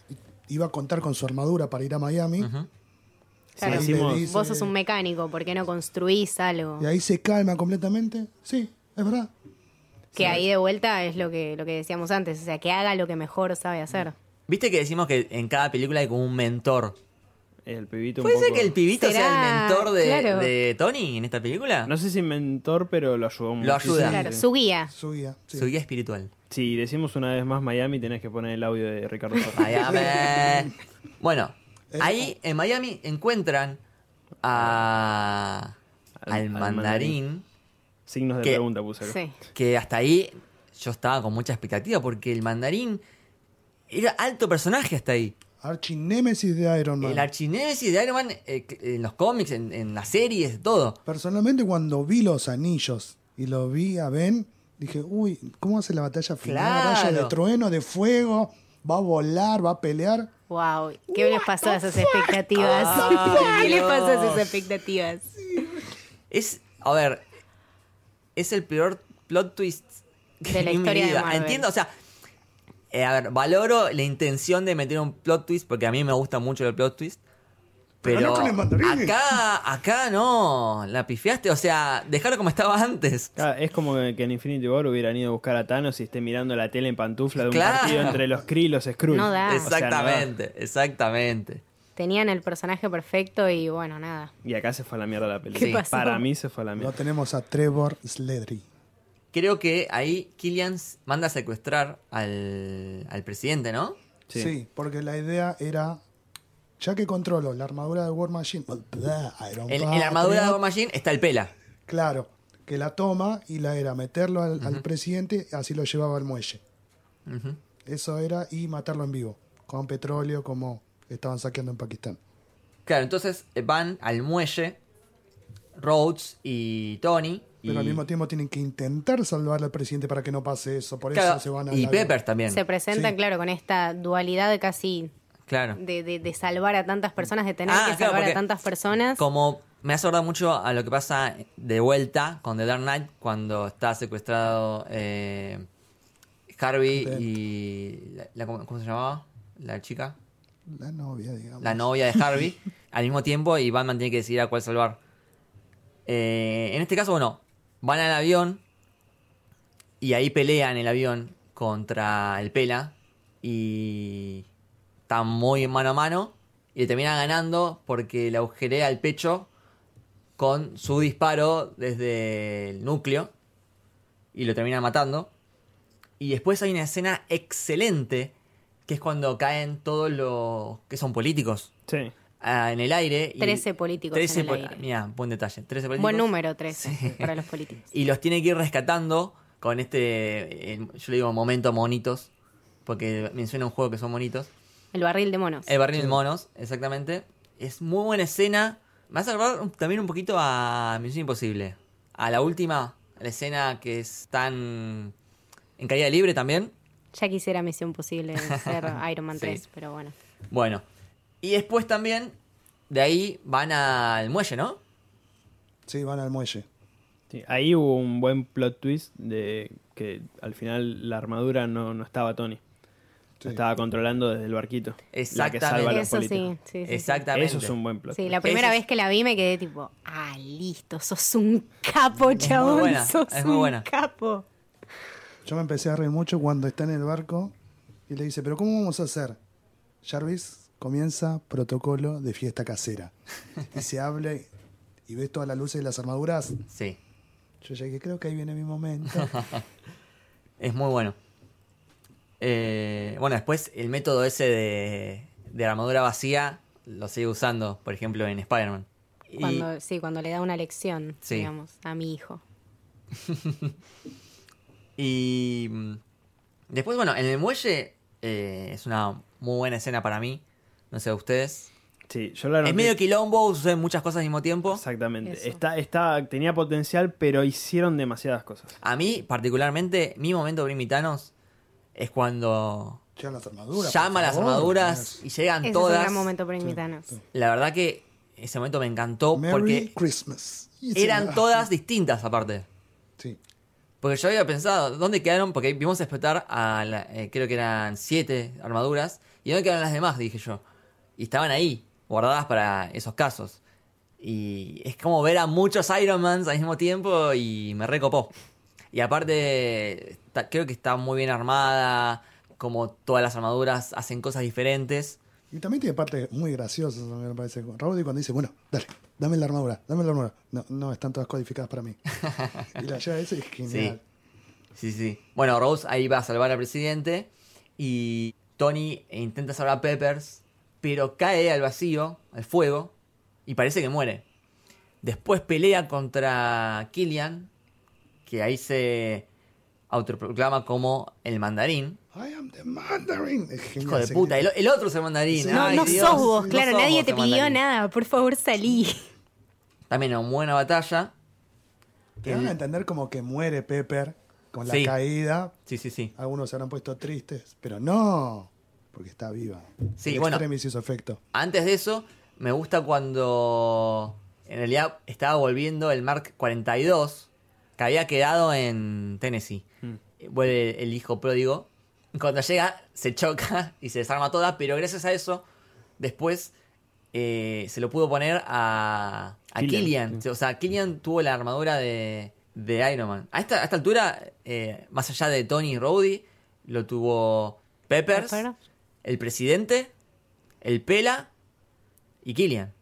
[SPEAKER 5] iba a contar con su armadura para ir a Miami.
[SPEAKER 4] Claro.
[SPEAKER 5] Ahí le
[SPEAKER 3] Decimos-
[SPEAKER 5] dice-
[SPEAKER 4] Vos sos un mecánico, ¿por qué no construís algo?
[SPEAKER 5] Y ahí se calma completamente. Sí, es verdad.
[SPEAKER 4] Que ahí de vuelta es lo que, lo que decíamos antes, o sea, que haga lo que mejor sabe hacer.
[SPEAKER 2] Viste que decimos que en cada película hay como un mentor.
[SPEAKER 3] El pibito un
[SPEAKER 2] ¿Puede ser
[SPEAKER 3] poco-
[SPEAKER 2] que el pibito sea
[SPEAKER 4] Será,
[SPEAKER 2] el mentor de,
[SPEAKER 4] claro.
[SPEAKER 2] de Tony en esta película?
[SPEAKER 3] No sé si mentor, pero lo ayudó mucho.
[SPEAKER 2] ayuda. Sí.
[SPEAKER 4] Claro, su guía.
[SPEAKER 5] Su guía. sí.
[SPEAKER 2] Su guía espiritual.
[SPEAKER 3] Si decimos una vez más Miami, tenés que poner el audio de Ricardo Farrell.
[SPEAKER 2] Miami. Bueno,
[SPEAKER 5] Eh,
[SPEAKER 2] ahí en Miami encuentran a,
[SPEAKER 3] Al-
[SPEAKER 2] al,
[SPEAKER 3] al mandarín.
[SPEAKER 2] mandarín,
[SPEAKER 3] Signos de
[SPEAKER 2] ¿Qué?
[SPEAKER 3] pregunta puse acá.
[SPEAKER 4] Sí.
[SPEAKER 2] que hasta ahí yo estaba con mucha expectativa porque el mandarín era alto personaje hasta ahí.
[SPEAKER 5] Archinémesis de Iron Man.
[SPEAKER 2] El archinémesis de Iron Man eh, que- en los cómics, en, en las series, todo.
[SPEAKER 5] Personalmente, cuando vi los anillos y lo vi a Ben, dije, uy, ¿cómo hace la batalla final?
[SPEAKER 2] Claro.
[SPEAKER 5] Batalla de trueno, de fuego, va a volar, va a pelear.
[SPEAKER 4] Wow, ¿qué les pasó a esas expectativas?
[SPEAKER 2] Ay,
[SPEAKER 4] ¿Qué les pasó a esas
[SPEAKER 2] Dios.
[SPEAKER 4] expectativas?
[SPEAKER 2] Es, a ver, es el peor plot twist que
[SPEAKER 4] De la
[SPEAKER 2] vi en mi
[SPEAKER 4] historia de
[SPEAKER 2] vida.
[SPEAKER 4] Marvel.
[SPEAKER 2] Entiendo, o sea, eh, a ver, valoro la intención de meter un plot twist porque a mí me gusta mucho el plot twist.
[SPEAKER 5] Pero
[SPEAKER 2] Pero,
[SPEAKER 5] no con el mandarín.
[SPEAKER 2] acá, acá no, la pifiaste, o sea, dejarlo como estaba antes.
[SPEAKER 3] Ah, es como que en Infinity War hubieran ido a buscar a Thanos y esté mirando la tele en pantufla de un
[SPEAKER 2] Claro.
[SPEAKER 3] partido entre los Kree y los Skrull.
[SPEAKER 4] No da.
[SPEAKER 3] Ah, O sea, no da.
[SPEAKER 2] Exactamente, exactamente.
[SPEAKER 4] Tenían el personaje perfecto y bueno, nada.
[SPEAKER 3] Y acá se fue a la mierda la película.
[SPEAKER 4] ¿Qué pasó?
[SPEAKER 3] Para mí se fue a la
[SPEAKER 5] Lo
[SPEAKER 3] mierda.
[SPEAKER 5] tenemos a Trevor Sledry.
[SPEAKER 2] Creo que ahí Killian manda a secuestrar al, al presidente, ¿no?
[SPEAKER 5] Sí.
[SPEAKER 3] Sí.
[SPEAKER 5] porque la idea era, ya que controlo la armadura de War Machine, Iron
[SPEAKER 2] En, en
[SPEAKER 5] Man,
[SPEAKER 2] la armadura de War Machine está el pela.
[SPEAKER 5] Claro, que la toma y la era meterlo al, al presidente, así lo llevaba al muelle. Eso era y matarlo en vivo, con petróleo como estaban saqueando en Pakistán.
[SPEAKER 2] Claro, entonces eh, van al muelle Rhodes y Tony. Y,
[SPEAKER 5] Pero al mismo tiempo tienen que intentar salvar al presidente para que no pase eso, por
[SPEAKER 2] Claro,
[SPEAKER 5] eso se van a...
[SPEAKER 2] y
[SPEAKER 5] la-
[SPEAKER 2] Pepper también.
[SPEAKER 4] Se presentan,
[SPEAKER 5] Sí.
[SPEAKER 4] claro, con esta dualidad casi
[SPEAKER 2] Claro.
[SPEAKER 4] de, de- de salvar a tantas personas, de tener
[SPEAKER 2] Ah,
[SPEAKER 4] que
[SPEAKER 2] claro,
[SPEAKER 4] salvar a
[SPEAKER 2] porque
[SPEAKER 4] tantas personas.
[SPEAKER 2] Como me hace acordar mucho a lo que pasa de vuelta con The Dark Knight cuando está secuestrado eh, Harvey
[SPEAKER 5] Dent.
[SPEAKER 2] y. la- la- ¿cómo, cómo se llamaba? La chica.
[SPEAKER 5] La novia, digamos.
[SPEAKER 2] La novia de Harvey. al mismo tiempo y Batman tiene que decidir a cuál salvar. Eh, en este caso, bueno, van al avión y ahí pelean el avión contra el Pela y están muy mano a mano y le termina ganando porque le agujerea el pecho con su disparo desde el núcleo y lo termina matando. Y después hay una escena excelente que es cuando caen todos los que son políticos
[SPEAKER 3] Sí.
[SPEAKER 2] ah, en el aire. y-
[SPEAKER 4] 13 políticos en el
[SPEAKER 2] po-
[SPEAKER 4] aire.
[SPEAKER 2] Mirá, buen detalle. 13 políticos.
[SPEAKER 4] Buen número 13
[SPEAKER 2] Sí.
[SPEAKER 4] para los políticos.
[SPEAKER 2] Y los tiene que ir rescatando con este, eh, yo le digo momento monitos, porque menciona un juego que son monitos.
[SPEAKER 4] El barril de monos.
[SPEAKER 2] El barril de monos, exactamente. Es muy buena escena. Me hace acordar un- también un poquito a Misión Imposible. A la última, la escena que es tan en caída libre también.
[SPEAKER 4] Ya quisiera Misión Posible ser Iron Man
[SPEAKER 2] Sí.
[SPEAKER 4] 3, pero bueno.
[SPEAKER 2] Bueno, y después también de ahí van al muelle, ¿no?
[SPEAKER 5] Sí, van al muelle.
[SPEAKER 3] Sí, ahí hubo un buen plot twist de que al final la armadura no, no estaba Tony.
[SPEAKER 5] Sí.
[SPEAKER 3] La estaba controlando desde el barquito. La que salva a
[SPEAKER 2] Para
[SPEAKER 3] los
[SPEAKER 4] Eso sí, sí,
[SPEAKER 3] políticos.
[SPEAKER 4] sí, sí.
[SPEAKER 2] Exactamente.
[SPEAKER 3] Eso es un buen plot
[SPEAKER 4] Sí,
[SPEAKER 3] twist.
[SPEAKER 4] la primera
[SPEAKER 2] Ese-
[SPEAKER 4] vez que la vi me quedé tipo, ah, listo, sos un capo, chabón,
[SPEAKER 2] buena,
[SPEAKER 4] sos
[SPEAKER 2] es muy
[SPEAKER 4] un
[SPEAKER 2] buena.
[SPEAKER 4] capo.
[SPEAKER 5] Yo me empecé a reír mucho cuando está en el barco y le dice, pero ¿cómo vamos a hacer? Jarvis comienza protocolo de fiesta casera. Y se habla y, y ves todas las luces de las armaduras.
[SPEAKER 2] Sí,
[SPEAKER 5] Yo llegué, creo que ahí viene mi momento.
[SPEAKER 2] es muy bueno. Eh, bueno, después el método ese de, de armadura vacía lo sigue usando, por ejemplo, en Spider-Man. Y-
[SPEAKER 4] Cuando, sí, cuando le da una lección,
[SPEAKER 2] Sí.
[SPEAKER 4] digamos, a mi hijo.
[SPEAKER 2] Y mm, después, bueno, en el muelle eh, es una muy buena escena para mí. No sé, ustedes.
[SPEAKER 3] Sí, yo la
[SPEAKER 2] Es
[SPEAKER 3] noté-
[SPEAKER 2] medio quilombo, suceden muchas cosas al mismo tiempo.
[SPEAKER 3] Exactamente.
[SPEAKER 4] Eso.
[SPEAKER 3] Está, está, tenía potencial, pero hicieron demasiadas cosas.
[SPEAKER 2] A mí, particularmente, mi momento Brimitanos es cuando
[SPEAKER 5] Llegan las armaduras.
[SPEAKER 2] llama
[SPEAKER 5] por
[SPEAKER 2] las
[SPEAKER 5] favor.
[SPEAKER 2] armaduras y llegan
[SPEAKER 4] Ese es un
[SPEAKER 2] todas.
[SPEAKER 4] gran momento para invitarnos.
[SPEAKER 2] La verdad que ese momento me encantó
[SPEAKER 5] Merry
[SPEAKER 2] porque
[SPEAKER 5] Christmas. Y
[SPEAKER 2] eran
[SPEAKER 5] se-
[SPEAKER 2] todas distintas aparte.
[SPEAKER 5] Sí.
[SPEAKER 2] Porque yo había pensado, ¿dónde quedaron? Porque vimos explotar a, la- eh, creo que eran siete armaduras. ¿Y dónde quedaron las demás? Dije yo. Y estaban ahí, guardadas para esos casos. Y es como ver a muchos Ironmans al mismo tiempo y me recopó. Y aparte, está- creo que está muy bien armada, como todas las armaduras hacen cosas diferentes.
[SPEAKER 5] Y también tiene partes muy graciosas, a mí me parece. Rowdy cuando dice, bueno, dale, dame la armadura, dame la armadura. No, no, están todas codificadas para mí. y la llave esa es genial.
[SPEAKER 2] Sí, sí. Bueno, Rose ahí va a salvar al presidente y Tony intenta salvar a Peppers, pero cae al vacío, al fuego, y parece que muere. Después pelea contra Killian, que ahí se autoproclama como el mandarín.
[SPEAKER 5] I am the Mandarin. Es genial.
[SPEAKER 2] Hijo de
[SPEAKER 5] se-
[SPEAKER 2] puta, el, el otro es el mandarín.
[SPEAKER 5] Sí.
[SPEAKER 4] No,
[SPEAKER 2] Ay,
[SPEAKER 4] no
[SPEAKER 2] Dios,
[SPEAKER 4] sos vos,
[SPEAKER 2] no
[SPEAKER 4] claro,
[SPEAKER 2] sos
[SPEAKER 4] nadie
[SPEAKER 2] vos
[SPEAKER 4] te
[SPEAKER 2] el
[SPEAKER 4] pidió
[SPEAKER 2] mandarín.
[SPEAKER 4] nada, por favor salí.
[SPEAKER 2] También una buena batalla.
[SPEAKER 5] Te van a entender como que muere Pepper con la
[SPEAKER 2] Sí.
[SPEAKER 5] caída.
[SPEAKER 2] Sí, sí, sí.
[SPEAKER 5] Algunos se habrán puesto tristes, pero no, porque está viva.
[SPEAKER 2] Sí,
[SPEAKER 5] El
[SPEAKER 2] bueno.
[SPEAKER 5] Extremis hizo efecto.
[SPEAKER 2] Antes de eso, me gusta cuando en realidad estaba volviendo el Mark 42 que había quedado en Tennessee.
[SPEAKER 3] Mm.
[SPEAKER 2] Vuelve el hijo pródigo. Cuando llega, se choca y se desarma toda, pero gracias a eso, después eh, se lo pudo poner a, a
[SPEAKER 3] Killian,
[SPEAKER 2] Killian.
[SPEAKER 3] sí.
[SPEAKER 2] O sea, Killian tuvo la armadura de, de Iron Man. A esta, a esta altura, eh, más allá de Tony y Rhodey, lo tuvo Peppers,
[SPEAKER 4] Pepper.
[SPEAKER 2] el presidente, el Pela y Killian.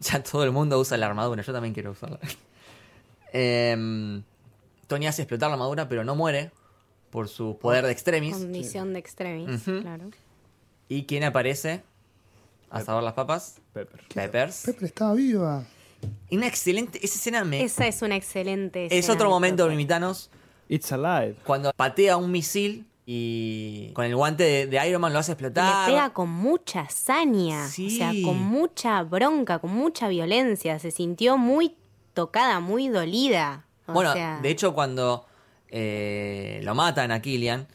[SPEAKER 2] Ya todo el mundo usa la armadura, yo también quiero usarla. Em, Tony hace explotar la armadura, pero no muere por su poder de extremis.
[SPEAKER 4] Condición de extremis, claro.
[SPEAKER 2] ¿Y quién aparece? A saber las papas.
[SPEAKER 3] Pepper.
[SPEAKER 2] Peppers.
[SPEAKER 5] Pepper estaba viva.
[SPEAKER 2] Y Una excelente. Esa escena me. Es,
[SPEAKER 4] Esa es una excelente escena
[SPEAKER 2] Eh, otro
[SPEAKER 4] de
[SPEAKER 2] momento,
[SPEAKER 4] Pepper.
[SPEAKER 2] Mimitanos.
[SPEAKER 3] It's alive.
[SPEAKER 2] Cuando patea un misil y con el guante de, de Iron Man lo hace
[SPEAKER 4] Y
[SPEAKER 2] explotar.
[SPEAKER 4] Le pega con mucha hazaña, o sea,
[SPEAKER 2] Sí.
[SPEAKER 4] con mucha bronca, con mucha violencia. Se sintió muy tocada, muy dolida. O
[SPEAKER 2] Bueno,
[SPEAKER 4] sea,
[SPEAKER 2] de hecho, cuando eh, lo matan a Killian,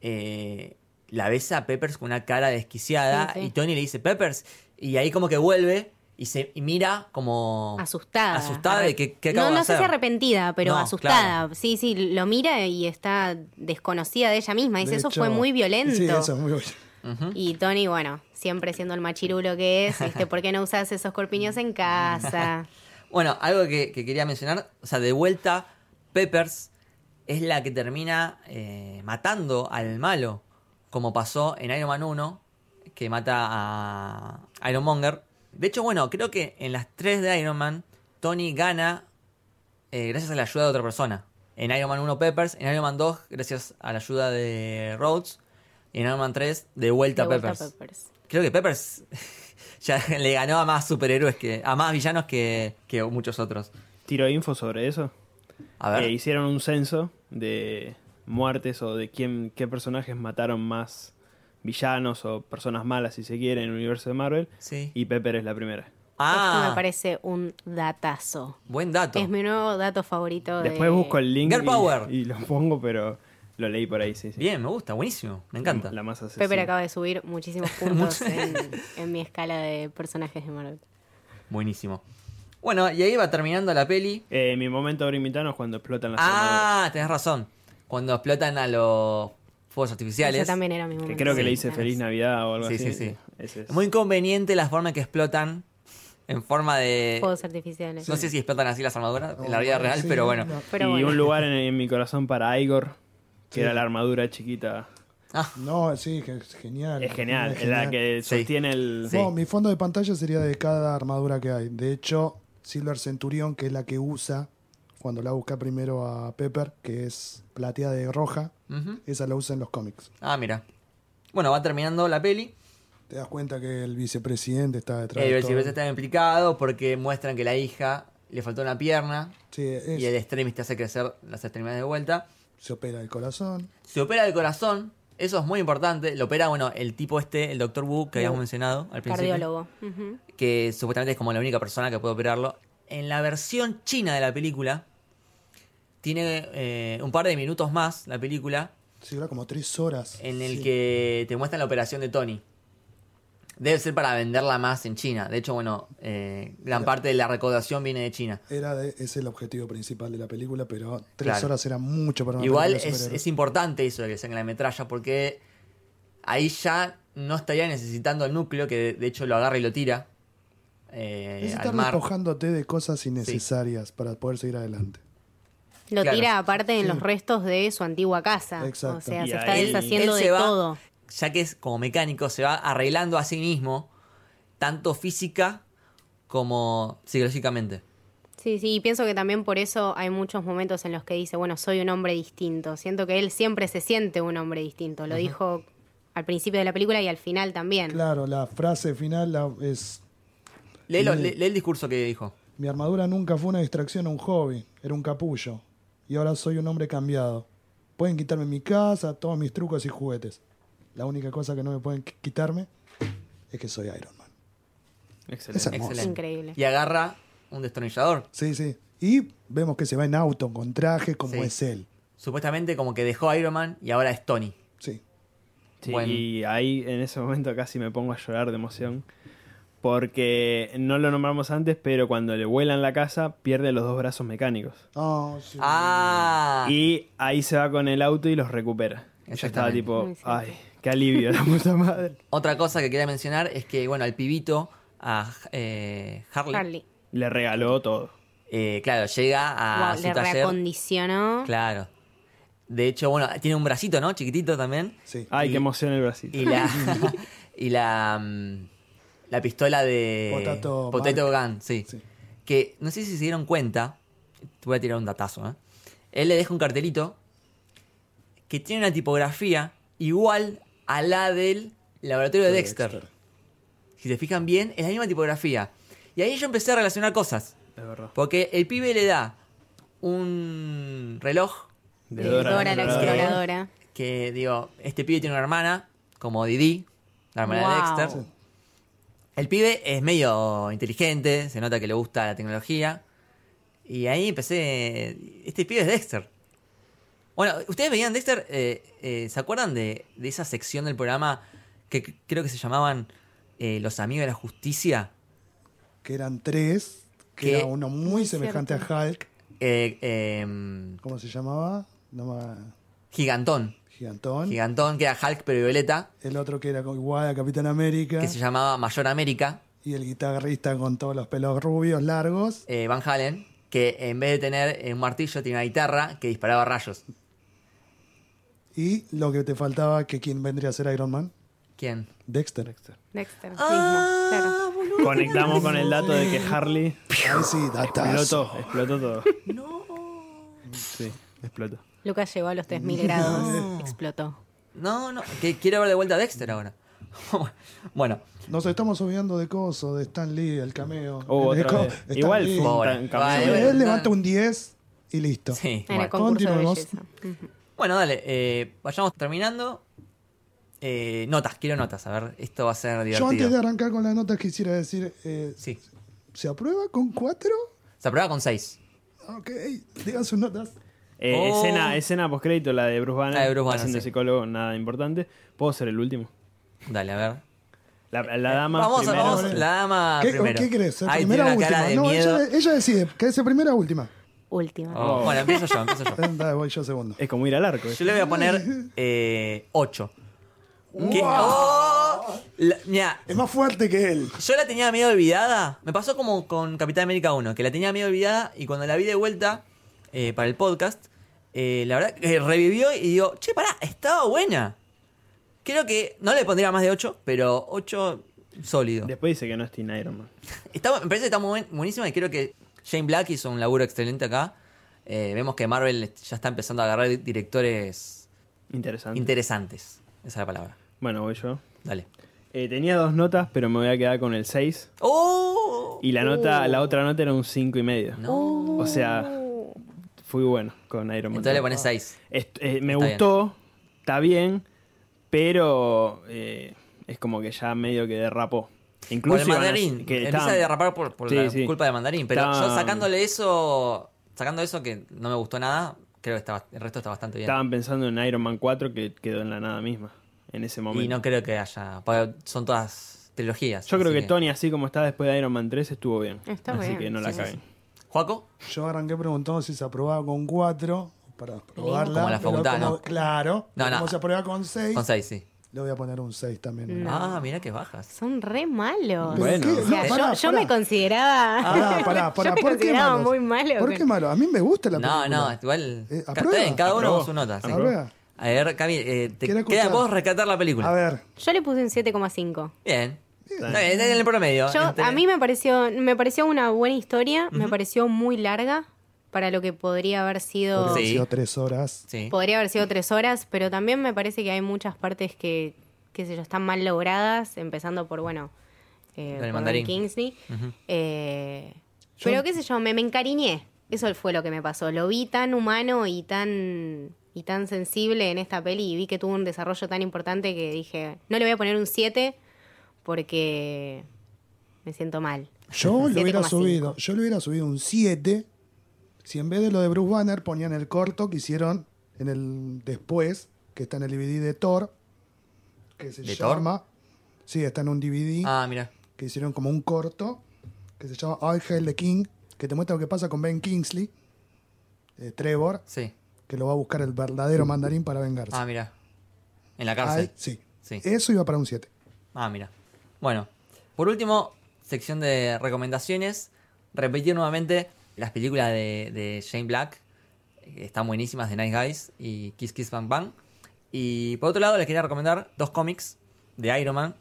[SPEAKER 2] eh, la besa a Peppers con una cara desquiciada.
[SPEAKER 4] Sí, sí.
[SPEAKER 2] Y Tony le dice, Peppers. Y ahí como que vuelve y se y mira como.
[SPEAKER 4] asustada.
[SPEAKER 2] Asustada de que, que acabo
[SPEAKER 4] no,
[SPEAKER 2] de
[SPEAKER 4] no
[SPEAKER 2] hacer.
[SPEAKER 4] sé si arrepentida, pero
[SPEAKER 2] No,
[SPEAKER 4] asustada.
[SPEAKER 2] claro.
[SPEAKER 4] Sí, sí, lo mira y está desconocida de ella misma. Dice,
[SPEAKER 5] De
[SPEAKER 4] eso
[SPEAKER 5] hecho-
[SPEAKER 4] fue muy violento.
[SPEAKER 5] Sí, eso es muy violento.
[SPEAKER 4] Y Tony, bueno, siempre siendo el machirulo que es, ¿viste? ¿por qué no usas esos corpiños en casa?
[SPEAKER 2] Bueno, algo que, que quería mencionar, o sea, de vuelta, Peppers es la que termina eh, matando al malo, como pasó en Iron Man 1, que mata a Ironmonger. De hecho, bueno, creo que en las tres de Iron Man, Tony gana eh, gracias a la ayuda de otra persona. En Iron Man 1 Peppers, en Iron Man 2 gracias a la ayuda de Rhodes, y en Iron Man 3 de vuelta,
[SPEAKER 4] De vuelta
[SPEAKER 2] Peppers.
[SPEAKER 4] Peppers.
[SPEAKER 2] Creo que Peppers ya le ganó a más superhéroes que. a más villanos que, que muchos otros.
[SPEAKER 3] Tiro info sobre eso.
[SPEAKER 2] A ver.
[SPEAKER 3] Eh, hicieron un censo de muertes o de quién, qué personajes mataron más villanos o personas malas, si se quiere, en el universo de Marvel.
[SPEAKER 2] Sí.
[SPEAKER 3] Y Pepper es la primera.
[SPEAKER 4] Esto
[SPEAKER 2] ah,
[SPEAKER 4] me parece un datazo.
[SPEAKER 2] buen dato.
[SPEAKER 4] Es mi nuevo dato favorito. de-
[SPEAKER 3] Después busco el link
[SPEAKER 2] Girl
[SPEAKER 3] y,
[SPEAKER 2] power.
[SPEAKER 3] y lo pongo, pero Lo leí por ahí, sí. sí.
[SPEAKER 2] Bien, me gusta, buenísimo, me encanta.
[SPEAKER 3] La masa asesina.
[SPEAKER 4] Pepper acaba de subir muchísimos puntos en, en mi escala de personajes de Marvel.
[SPEAKER 2] Buenísimo. Bueno, y ahí va terminando la peli.
[SPEAKER 3] Eh, mi momento brimitano es cuando explotan las armaduras.
[SPEAKER 2] Ah, tenés razón. Cuando explotan a los fuegos artificiales.
[SPEAKER 4] Ese también era mi momento.
[SPEAKER 3] Que creo que le hice
[SPEAKER 4] Sí,
[SPEAKER 3] feliz Navidad o algo
[SPEAKER 2] Sí,
[SPEAKER 3] así.
[SPEAKER 2] sí, sí.
[SPEAKER 3] Ese es.
[SPEAKER 2] Muy inconveniente la forma en que explotan. En forma de.
[SPEAKER 4] Fuegos artificiales.
[SPEAKER 2] Eh, No sé si explotan así las armaduras en la vida
[SPEAKER 5] No,
[SPEAKER 2] real,
[SPEAKER 5] Oh, sí,
[SPEAKER 2] pero bueno.
[SPEAKER 5] no.
[SPEAKER 4] Pero
[SPEAKER 3] y
[SPEAKER 4] bueno.
[SPEAKER 3] un lugar en, en mi corazón para Igor, que
[SPEAKER 5] Sí.
[SPEAKER 3] era la armadura chiquita.
[SPEAKER 2] Ah,
[SPEAKER 5] No, sí, que es genial.
[SPEAKER 3] Es genial, es
[SPEAKER 5] genial.
[SPEAKER 3] la que
[SPEAKER 2] Sí.
[SPEAKER 3] sostiene el...
[SPEAKER 2] Sí.
[SPEAKER 5] No, mi fondo de pantalla sería de cada armadura que hay. De hecho, Silver Centurión, que es la que usa cuando la busca primero a Pepper, que es plateada de roja,
[SPEAKER 2] Ujú.
[SPEAKER 5] esa la usa en los cómics.
[SPEAKER 2] Ah, mira. Bueno, va terminando la peli.
[SPEAKER 5] Te das cuenta que el vicepresidente está detrás.
[SPEAKER 2] El
[SPEAKER 5] de todo.
[SPEAKER 2] vicepresidente está implicado porque muestran que la hija le faltó una pierna
[SPEAKER 5] Sí, es-
[SPEAKER 2] y el extremis te hace crecer las extremidades de vuelta.
[SPEAKER 5] se opera el corazón.
[SPEAKER 2] Se opera el corazón, eso es muy importante. Lo opera, bueno, el tipo este, el doctor Wu, que habíamos mencionado al principio.
[SPEAKER 4] Cardiólogo. Ujú.
[SPEAKER 2] Que supuestamente es como la única persona que puede operarlo. En la versión china de la película, tiene eh, un par de minutos más la película
[SPEAKER 5] Sí, dura como tres horas.
[SPEAKER 2] en el
[SPEAKER 5] Sí.
[SPEAKER 2] que te muestran la operación de Tony. Debe ser para venderla más en China. De hecho, bueno, eh, gran parte de la recaudación viene de China.
[SPEAKER 5] Era de- es el objetivo principal de la película, pero tres
[SPEAKER 2] Claro.
[SPEAKER 5] horas era mucho para una
[SPEAKER 2] Igual
[SPEAKER 5] película de
[SPEAKER 2] es,
[SPEAKER 5] superhéroes.
[SPEAKER 2] es importante eso de que saquen la metralla porque ahí ya no estaría necesitando el núcleo que de, de hecho lo agarra y lo tira eh,
[SPEAKER 5] Es
[SPEAKER 2] al
[SPEAKER 5] estar
[SPEAKER 2] mar.
[SPEAKER 5] despojándote de cosas innecesarias para poder seguir adelante.
[SPEAKER 4] Lo
[SPEAKER 2] Claro.
[SPEAKER 4] tira aparte en
[SPEAKER 5] Sí.
[SPEAKER 4] los restos de su antigua casa.
[SPEAKER 5] Exacto.
[SPEAKER 4] O sea,
[SPEAKER 3] Y
[SPEAKER 4] se
[SPEAKER 3] ahí-
[SPEAKER 4] está
[SPEAKER 2] Él-
[SPEAKER 4] deshaciendo
[SPEAKER 2] él
[SPEAKER 4] de
[SPEAKER 2] se va,
[SPEAKER 4] todo.
[SPEAKER 2] Ya que es como mecánico, se va arreglando a sí mismo, tanto física como psicológicamente.
[SPEAKER 4] Sí, sí, y pienso que también por eso hay muchos momentos en los que dice, bueno, soy un hombre distinto. Siento que él siempre se siente un hombre distinto. Lo dijo al principio de la película y al final también.
[SPEAKER 5] Claro, la frase final la- es
[SPEAKER 2] Léelo,
[SPEAKER 5] Sí.
[SPEAKER 2] le- lee el discurso que dijo.
[SPEAKER 5] Mi armadura nunca fue una distracción o un hobby, era un capullo. Y ahora soy un hombre cambiado. Pueden quitarme mi casa, todos mis trucos y juguetes. La única cosa que no me pueden qui- quitarme es que soy Iron Man.
[SPEAKER 3] Excelente.
[SPEAKER 5] Hermoso.
[SPEAKER 2] Excelente.
[SPEAKER 4] Increíble.
[SPEAKER 2] Y agarra un destornillador.
[SPEAKER 5] Sí, sí. Y vemos que se va en auto, con traje, como
[SPEAKER 2] Sí.
[SPEAKER 5] es él.
[SPEAKER 2] Supuestamente como que dejó a Iron Man y ahora es Tony.
[SPEAKER 5] Sí.
[SPEAKER 3] Sí,
[SPEAKER 2] Bueno.
[SPEAKER 3] Y ahí en ese momento casi me pongo a llorar de emoción. Porque no lo nombramos antes, pero cuando le vuelan la casa, pierde los dos brazos mecánicos.
[SPEAKER 5] Ah, sí.
[SPEAKER 2] Ah,
[SPEAKER 3] Y ahí se va con el auto y los recupera. Y Yo estaba
[SPEAKER 2] Exactamente.
[SPEAKER 3] tipo,
[SPEAKER 4] Muy cierto.
[SPEAKER 3] ay, qué alivio, la puta madre.
[SPEAKER 2] otra cosa que quería mencionar es que, bueno, al pibito, a eh, Harley,
[SPEAKER 4] Harley.
[SPEAKER 3] Le regaló todo.
[SPEAKER 2] eh, claro, llega a
[SPEAKER 4] Wow,
[SPEAKER 2] su
[SPEAKER 4] le
[SPEAKER 2] taller.
[SPEAKER 4] reacondicionó.
[SPEAKER 2] Claro. De hecho, bueno, tiene un bracito, ¿no? Chiquitito también.
[SPEAKER 5] Sí.
[SPEAKER 3] Ay,
[SPEAKER 2] Y-
[SPEAKER 3] qué emoción el bracito.
[SPEAKER 2] Y la. y la. mm, La pistola de.
[SPEAKER 5] Potato
[SPEAKER 2] Gun, sí.
[SPEAKER 5] Sí.
[SPEAKER 2] Que no sé si se dieron cuenta. Te voy a tirar un datazo, ¿eh? Él le deja un cartelito que tiene una tipografía igual a la del laboratorio de Dexter. Si se fijan bien, es la misma tipografía. Y ahí yo empecé a relacionar cosas.
[SPEAKER 3] Es verdad.
[SPEAKER 2] Porque el pibe le da un reloj
[SPEAKER 4] De Dora la exploradora.
[SPEAKER 2] que digo, este pibe tiene una hermana, como Didi, la hermana
[SPEAKER 4] Wow.
[SPEAKER 2] de Dexter. El pibe es medio inteligente, se nota que le gusta la tecnología. Y ahí empecé, este pibe es Dexter. Bueno, ustedes veían Dexter, eh, eh, ¿se acuerdan de, de esa sección del programa que c- creo que se llamaban eh, Los Amigos de la Justicia?
[SPEAKER 5] Que eran tres, que
[SPEAKER 2] Que-
[SPEAKER 5] era uno muy semejante a Hulk.
[SPEAKER 2] Eh, em,
[SPEAKER 5] ¿Cómo se llamaba? No me-
[SPEAKER 2] Gigantón.
[SPEAKER 5] Gigantón.
[SPEAKER 2] Gigantón, que era Hulk pero violeta,
[SPEAKER 5] El otro que era como igual a Capitán América.
[SPEAKER 2] que se llamaba Mayor América.
[SPEAKER 5] Y el guitarrista con todos los pelos rubios largos.
[SPEAKER 2] eh, Van Halen, que en vez de tener eh, un martillo, tenía una guitarra que disparaba rayos.
[SPEAKER 5] Y lo que te faltaba, que quién vendría a ser Iron Man,
[SPEAKER 2] ¿Quién?
[SPEAKER 5] Dexter.
[SPEAKER 4] Dexter.
[SPEAKER 2] Ah,
[SPEAKER 4] mismo, claro.
[SPEAKER 3] Conectamos con el dato de que Harley
[SPEAKER 5] Ahí sí, datazo.
[SPEAKER 3] explotó, explotó todo. No. Sí, explotó.
[SPEAKER 4] Lucas llegó a los 3000 grados. Explotó.
[SPEAKER 2] No, no, que quiero ver de vuelta a Dexter ahora. bueno,
[SPEAKER 5] Nos estamos olvidando de Coso, de Stan Lee, el cameo.
[SPEAKER 3] Oh,
[SPEAKER 5] El de
[SPEAKER 3] otra
[SPEAKER 5] Co-
[SPEAKER 3] vez.
[SPEAKER 5] Stan
[SPEAKER 3] Igual
[SPEAKER 5] Lee.
[SPEAKER 3] fue un
[SPEAKER 2] Pobre.
[SPEAKER 3] tan-
[SPEAKER 2] Vale,
[SPEAKER 3] cambio.
[SPEAKER 2] bueno,
[SPEAKER 5] Él levanta
[SPEAKER 2] no.
[SPEAKER 5] un 10 y listo.
[SPEAKER 2] sí.
[SPEAKER 4] En
[SPEAKER 2] bueno.
[SPEAKER 4] el concurso de
[SPEAKER 5] Continuemos.
[SPEAKER 4] belleza. Ujú.
[SPEAKER 2] Bueno, dale, eh, vayamos terminando. Eh, notas, quiero notas, a ver, esto va a ser
[SPEAKER 5] Yo antes de
[SPEAKER 2] divertido.
[SPEAKER 5] arrancar con las notas quisiera decir, eh,
[SPEAKER 2] Sí,
[SPEAKER 5] ¿se aprueba con 4?
[SPEAKER 2] se aprueba con 6.
[SPEAKER 5] Ok, digan sus notas.
[SPEAKER 3] Eh,
[SPEAKER 2] Oh.
[SPEAKER 3] Escena, escena post crédito, la de Bruce Banner,
[SPEAKER 2] La de Bruce Banner,
[SPEAKER 3] haciendo
[SPEAKER 2] sí.
[SPEAKER 3] psicólogo, nada importante. Puedo ser el último.
[SPEAKER 2] Dale, a ver.
[SPEAKER 3] La, la dama
[SPEAKER 2] Eh, vamos,
[SPEAKER 3] primero.
[SPEAKER 2] vamos, la dama
[SPEAKER 5] ¿Qué,
[SPEAKER 2] primero.
[SPEAKER 5] ¿Qué querés? ¿Ser
[SPEAKER 2] Ahí
[SPEAKER 5] primera o
[SPEAKER 2] tiene una
[SPEAKER 5] última?
[SPEAKER 2] cara de
[SPEAKER 5] no,
[SPEAKER 2] miedo.
[SPEAKER 5] ella, ella decide. ¿Querés ser primera o última?
[SPEAKER 4] Última.
[SPEAKER 5] Ah.
[SPEAKER 2] Oh,
[SPEAKER 3] Oh.
[SPEAKER 2] Bueno, empiezo yo, empiezo yo.
[SPEAKER 5] Eh, Dale, voy yo segundo.
[SPEAKER 3] Es como ir al arco. eh.
[SPEAKER 2] Yo le voy a poner eh, 8. oh, Mira,
[SPEAKER 5] Es más fuerte que él.
[SPEAKER 2] yo la tenía medio olvidada. Me pasó como con Capitán América 1, que la tenía medio olvidada y cuando la vi de vuelta eh, para el podcast, eh, la verdad que revivió y digo, che, pará, estaba buena. Creo que no le pondría más de 8, pero 8 sólido.
[SPEAKER 3] Después dice que no es Teen Iron Man.
[SPEAKER 2] Está- me parece que está muy buen- buenísima y creo que Shane Black hizo un laburo excelente acá. Eh, vemos que Marvel ya está empezando a agarrar di- directores
[SPEAKER 3] Interesante.
[SPEAKER 2] interesantes. Esa es la palabra.
[SPEAKER 3] bueno, voy yo.
[SPEAKER 2] Dale.
[SPEAKER 3] Eh, tenía dos notas, pero me voy a quedar con el 6.
[SPEAKER 2] ¡Oh!
[SPEAKER 3] Y la nota, la otra nota era un 5 y medio.
[SPEAKER 2] No.
[SPEAKER 3] O sea, fui bueno con Iron Man.
[SPEAKER 2] Entonces le pones 6.
[SPEAKER 3] Est- eh, me
[SPEAKER 2] Está
[SPEAKER 3] gustó, está bien, pero eh, es como que ya medio que derrapó.
[SPEAKER 2] Por
[SPEAKER 3] Incluso
[SPEAKER 2] el
[SPEAKER 3] iban a-
[SPEAKER 2] mandarín.
[SPEAKER 3] que
[SPEAKER 2] Empieza
[SPEAKER 3] estaban-
[SPEAKER 2] a derrapar por, por
[SPEAKER 3] Sí,
[SPEAKER 2] la
[SPEAKER 3] sí.
[SPEAKER 2] culpa de mandarín. Pero yo
[SPEAKER 3] Estaban-
[SPEAKER 2] sacándole eso. Sacando eso que no me gustó nada, creo que está, bast- el resto está bastante bien.
[SPEAKER 3] Estaban pensando en Iron Man 4 que quedó en la nada misma en ese momento.
[SPEAKER 2] Y no creo que haya. porque Son todas trilogías.
[SPEAKER 3] Yo creo
[SPEAKER 2] así
[SPEAKER 3] que, Tony, así como está después de Iron Man 3, estuvo bien.
[SPEAKER 4] Está
[SPEAKER 3] así
[SPEAKER 4] bien,
[SPEAKER 3] que no la
[SPEAKER 4] sí,
[SPEAKER 3] caguen.
[SPEAKER 2] ¿Juaco?
[SPEAKER 5] Yo arranqué preguntando si se aprobaba con 4 para probarla.
[SPEAKER 2] Como la
[SPEAKER 5] pero
[SPEAKER 2] facultad,
[SPEAKER 5] como-
[SPEAKER 2] ¿no?
[SPEAKER 5] Claro.
[SPEAKER 2] No, no.
[SPEAKER 5] Como se aprueba con 6,
[SPEAKER 2] Con 6, sí.
[SPEAKER 5] le voy a poner un 6 también.
[SPEAKER 2] Ah, mira que bajas.
[SPEAKER 4] Son re malos.
[SPEAKER 5] ¿Pero
[SPEAKER 3] Bueno.
[SPEAKER 5] qué?
[SPEAKER 4] O sea,
[SPEAKER 5] No,
[SPEAKER 4] yo,
[SPEAKER 5] pará,
[SPEAKER 4] yo
[SPEAKER 5] pará.
[SPEAKER 4] me consideraba.
[SPEAKER 5] Pará, pará, pará.
[SPEAKER 4] yo me
[SPEAKER 5] ¿Por qué
[SPEAKER 4] consideraba
[SPEAKER 5] malos?
[SPEAKER 4] muy malo.
[SPEAKER 5] ¿Por
[SPEAKER 4] con-
[SPEAKER 5] qué malo? A mí me gusta la
[SPEAKER 2] No,
[SPEAKER 5] película.
[SPEAKER 2] no, igual.
[SPEAKER 5] Eh,
[SPEAKER 2] Está
[SPEAKER 5] ¿aprueba?
[SPEAKER 2] bien, cada uno
[SPEAKER 3] Aprobó.
[SPEAKER 2] con su nota. sí.
[SPEAKER 5] ¿Aprueba?
[SPEAKER 2] A ver, Cami, eh, te
[SPEAKER 5] Quiero
[SPEAKER 2] queda
[SPEAKER 5] escuchar.
[SPEAKER 2] vos rescatar la película.
[SPEAKER 5] A ver,
[SPEAKER 4] Yo le puse un 7,5.
[SPEAKER 2] Bien. Está bien, está en el
[SPEAKER 5] Ah,
[SPEAKER 2] promedio.
[SPEAKER 4] Yo,
[SPEAKER 2] Entre-
[SPEAKER 4] a mí me pareció, me pareció una buena historia, me pareció muy larga para lo que podría haber sido.
[SPEAKER 5] por
[SPEAKER 2] Sí.
[SPEAKER 5] 3 horas.
[SPEAKER 2] Sí.
[SPEAKER 4] Podría haber sido tres horas, pero también me parece que hay muchas partes que, qué sé yo, están mal logradas, empezando por, bueno, eh,
[SPEAKER 2] Con el
[SPEAKER 4] por
[SPEAKER 2] mandarín.
[SPEAKER 4] Don Kingsley. Eh, pero qué sé yo, me, me encariñé. Eso fue lo que me pasó. Lo vi tan humano y tan y tan sensible en esta peli y vi que tuvo un desarrollo tan importante que dije, no le voy a poner un 7 porque me siento mal.
[SPEAKER 5] Yo lo hubiera
[SPEAKER 4] 7,5.
[SPEAKER 5] subido, yo le hubiera subido un 7 si en vez de lo de Bruce Banner ponían el corto que hicieron en el después, que está en el DVD de Thor, que se
[SPEAKER 2] ¿De Thor?
[SPEAKER 5] llama Sí, está en un DVD
[SPEAKER 2] Ah, mira.
[SPEAKER 5] que hicieron como un corto que se llama All Hail the King, que te muestra lo que pasa con Ben Kingsley, eh, Trevor,
[SPEAKER 2] Sí.
[SPEAKER 5] que lo va a buscar el verdadero mandarín para vengarse.
[SPEAKER 2] Ah, mira. En la
[SPEAKER 5] Ahí,
[SPEAKER 2] cárcel.
[SPEAKER 5] sí.
[SPEAKER 2] Sí.
[SPEAKER 5] Eso iba para un 7.
[SPEAKER 2] Ah, mira. Bueno, por último, sección de recomendaciones. Repetir nuevamente las películas de, de Shane Black. que Están buenísimas, de Nice Guys y Kiss Kiss Bang Bang. Y por otro lado, les quería recomendar dos cómics de Iron Man.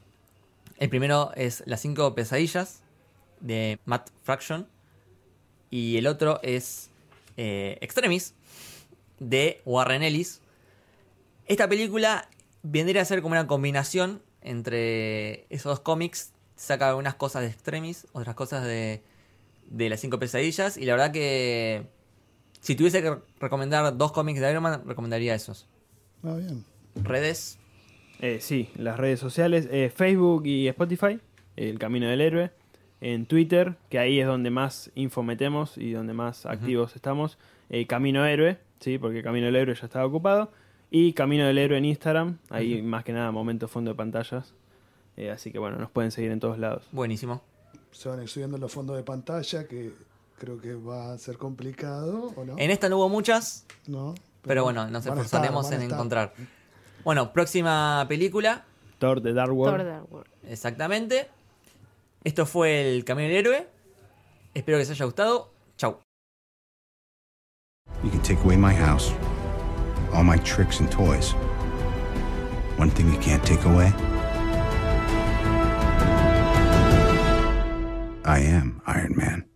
[SPEAKER 2] El primero es Las cinco pesadillas de Matt Fraction. Y el otro es eh, Extremis de Warren Ellis. Esta película vendría a ser como una combinación entre esos dos cómics. Saca algunas cosas de Extremis, otras cosas de, de las cinco pesadillas. Y la verdad que si tuviese que recomendar dos cómics de Iron Man, recomendaría esos.
[SPEAKER 5] Ah, bien.
[SPEAKER 2] Redes,
[SPEAKER 3] Eh, sí, las redes sociales, eh, Facebook y Spotify, El Camino del Héroe, en Twitter, que ahí es donde más info metemos y donde más activos estamos, eh, Camino Héroe, sí, porque Camino del Héroe ya estaba ocupado, y Camino del Héroe en Instagram, ahí más que nada momento fondo de pantallas, eh, así que bueno, nos pueden seguir en todos lados.
[SPEAKER 2] buenísimo.
[SPEAKER 5] Se van a ir subiendo los fondos de pantalla que creo que va a ser complicado, ¿o no?
[SPEAKER 2] En esta no hubo muchas,
[SPEAKER 5] No.
[SPEAKER 2] pero bueno, nos
[SPEAKER 5] van a
[SPEAKER 2] esforzaremos
[SPEAKER 5] estar, van
[SPEAKER 2] en
[SPEAKER 5] a estar.
[SPEAKER 2] encontrar. Bueno, próxima película.
[SPEAKER 3] Thor de Dark World.
[SPEAKER 4] Thor Dark World.
[SPEAKER 2] Exactamente. Esto fue el Camino del Héroe. Espero que les haya gustado. Chau.
[SPEAKER 6] You can take away my house, all my tricks and toys. One thing you can't take away I am Iron Man.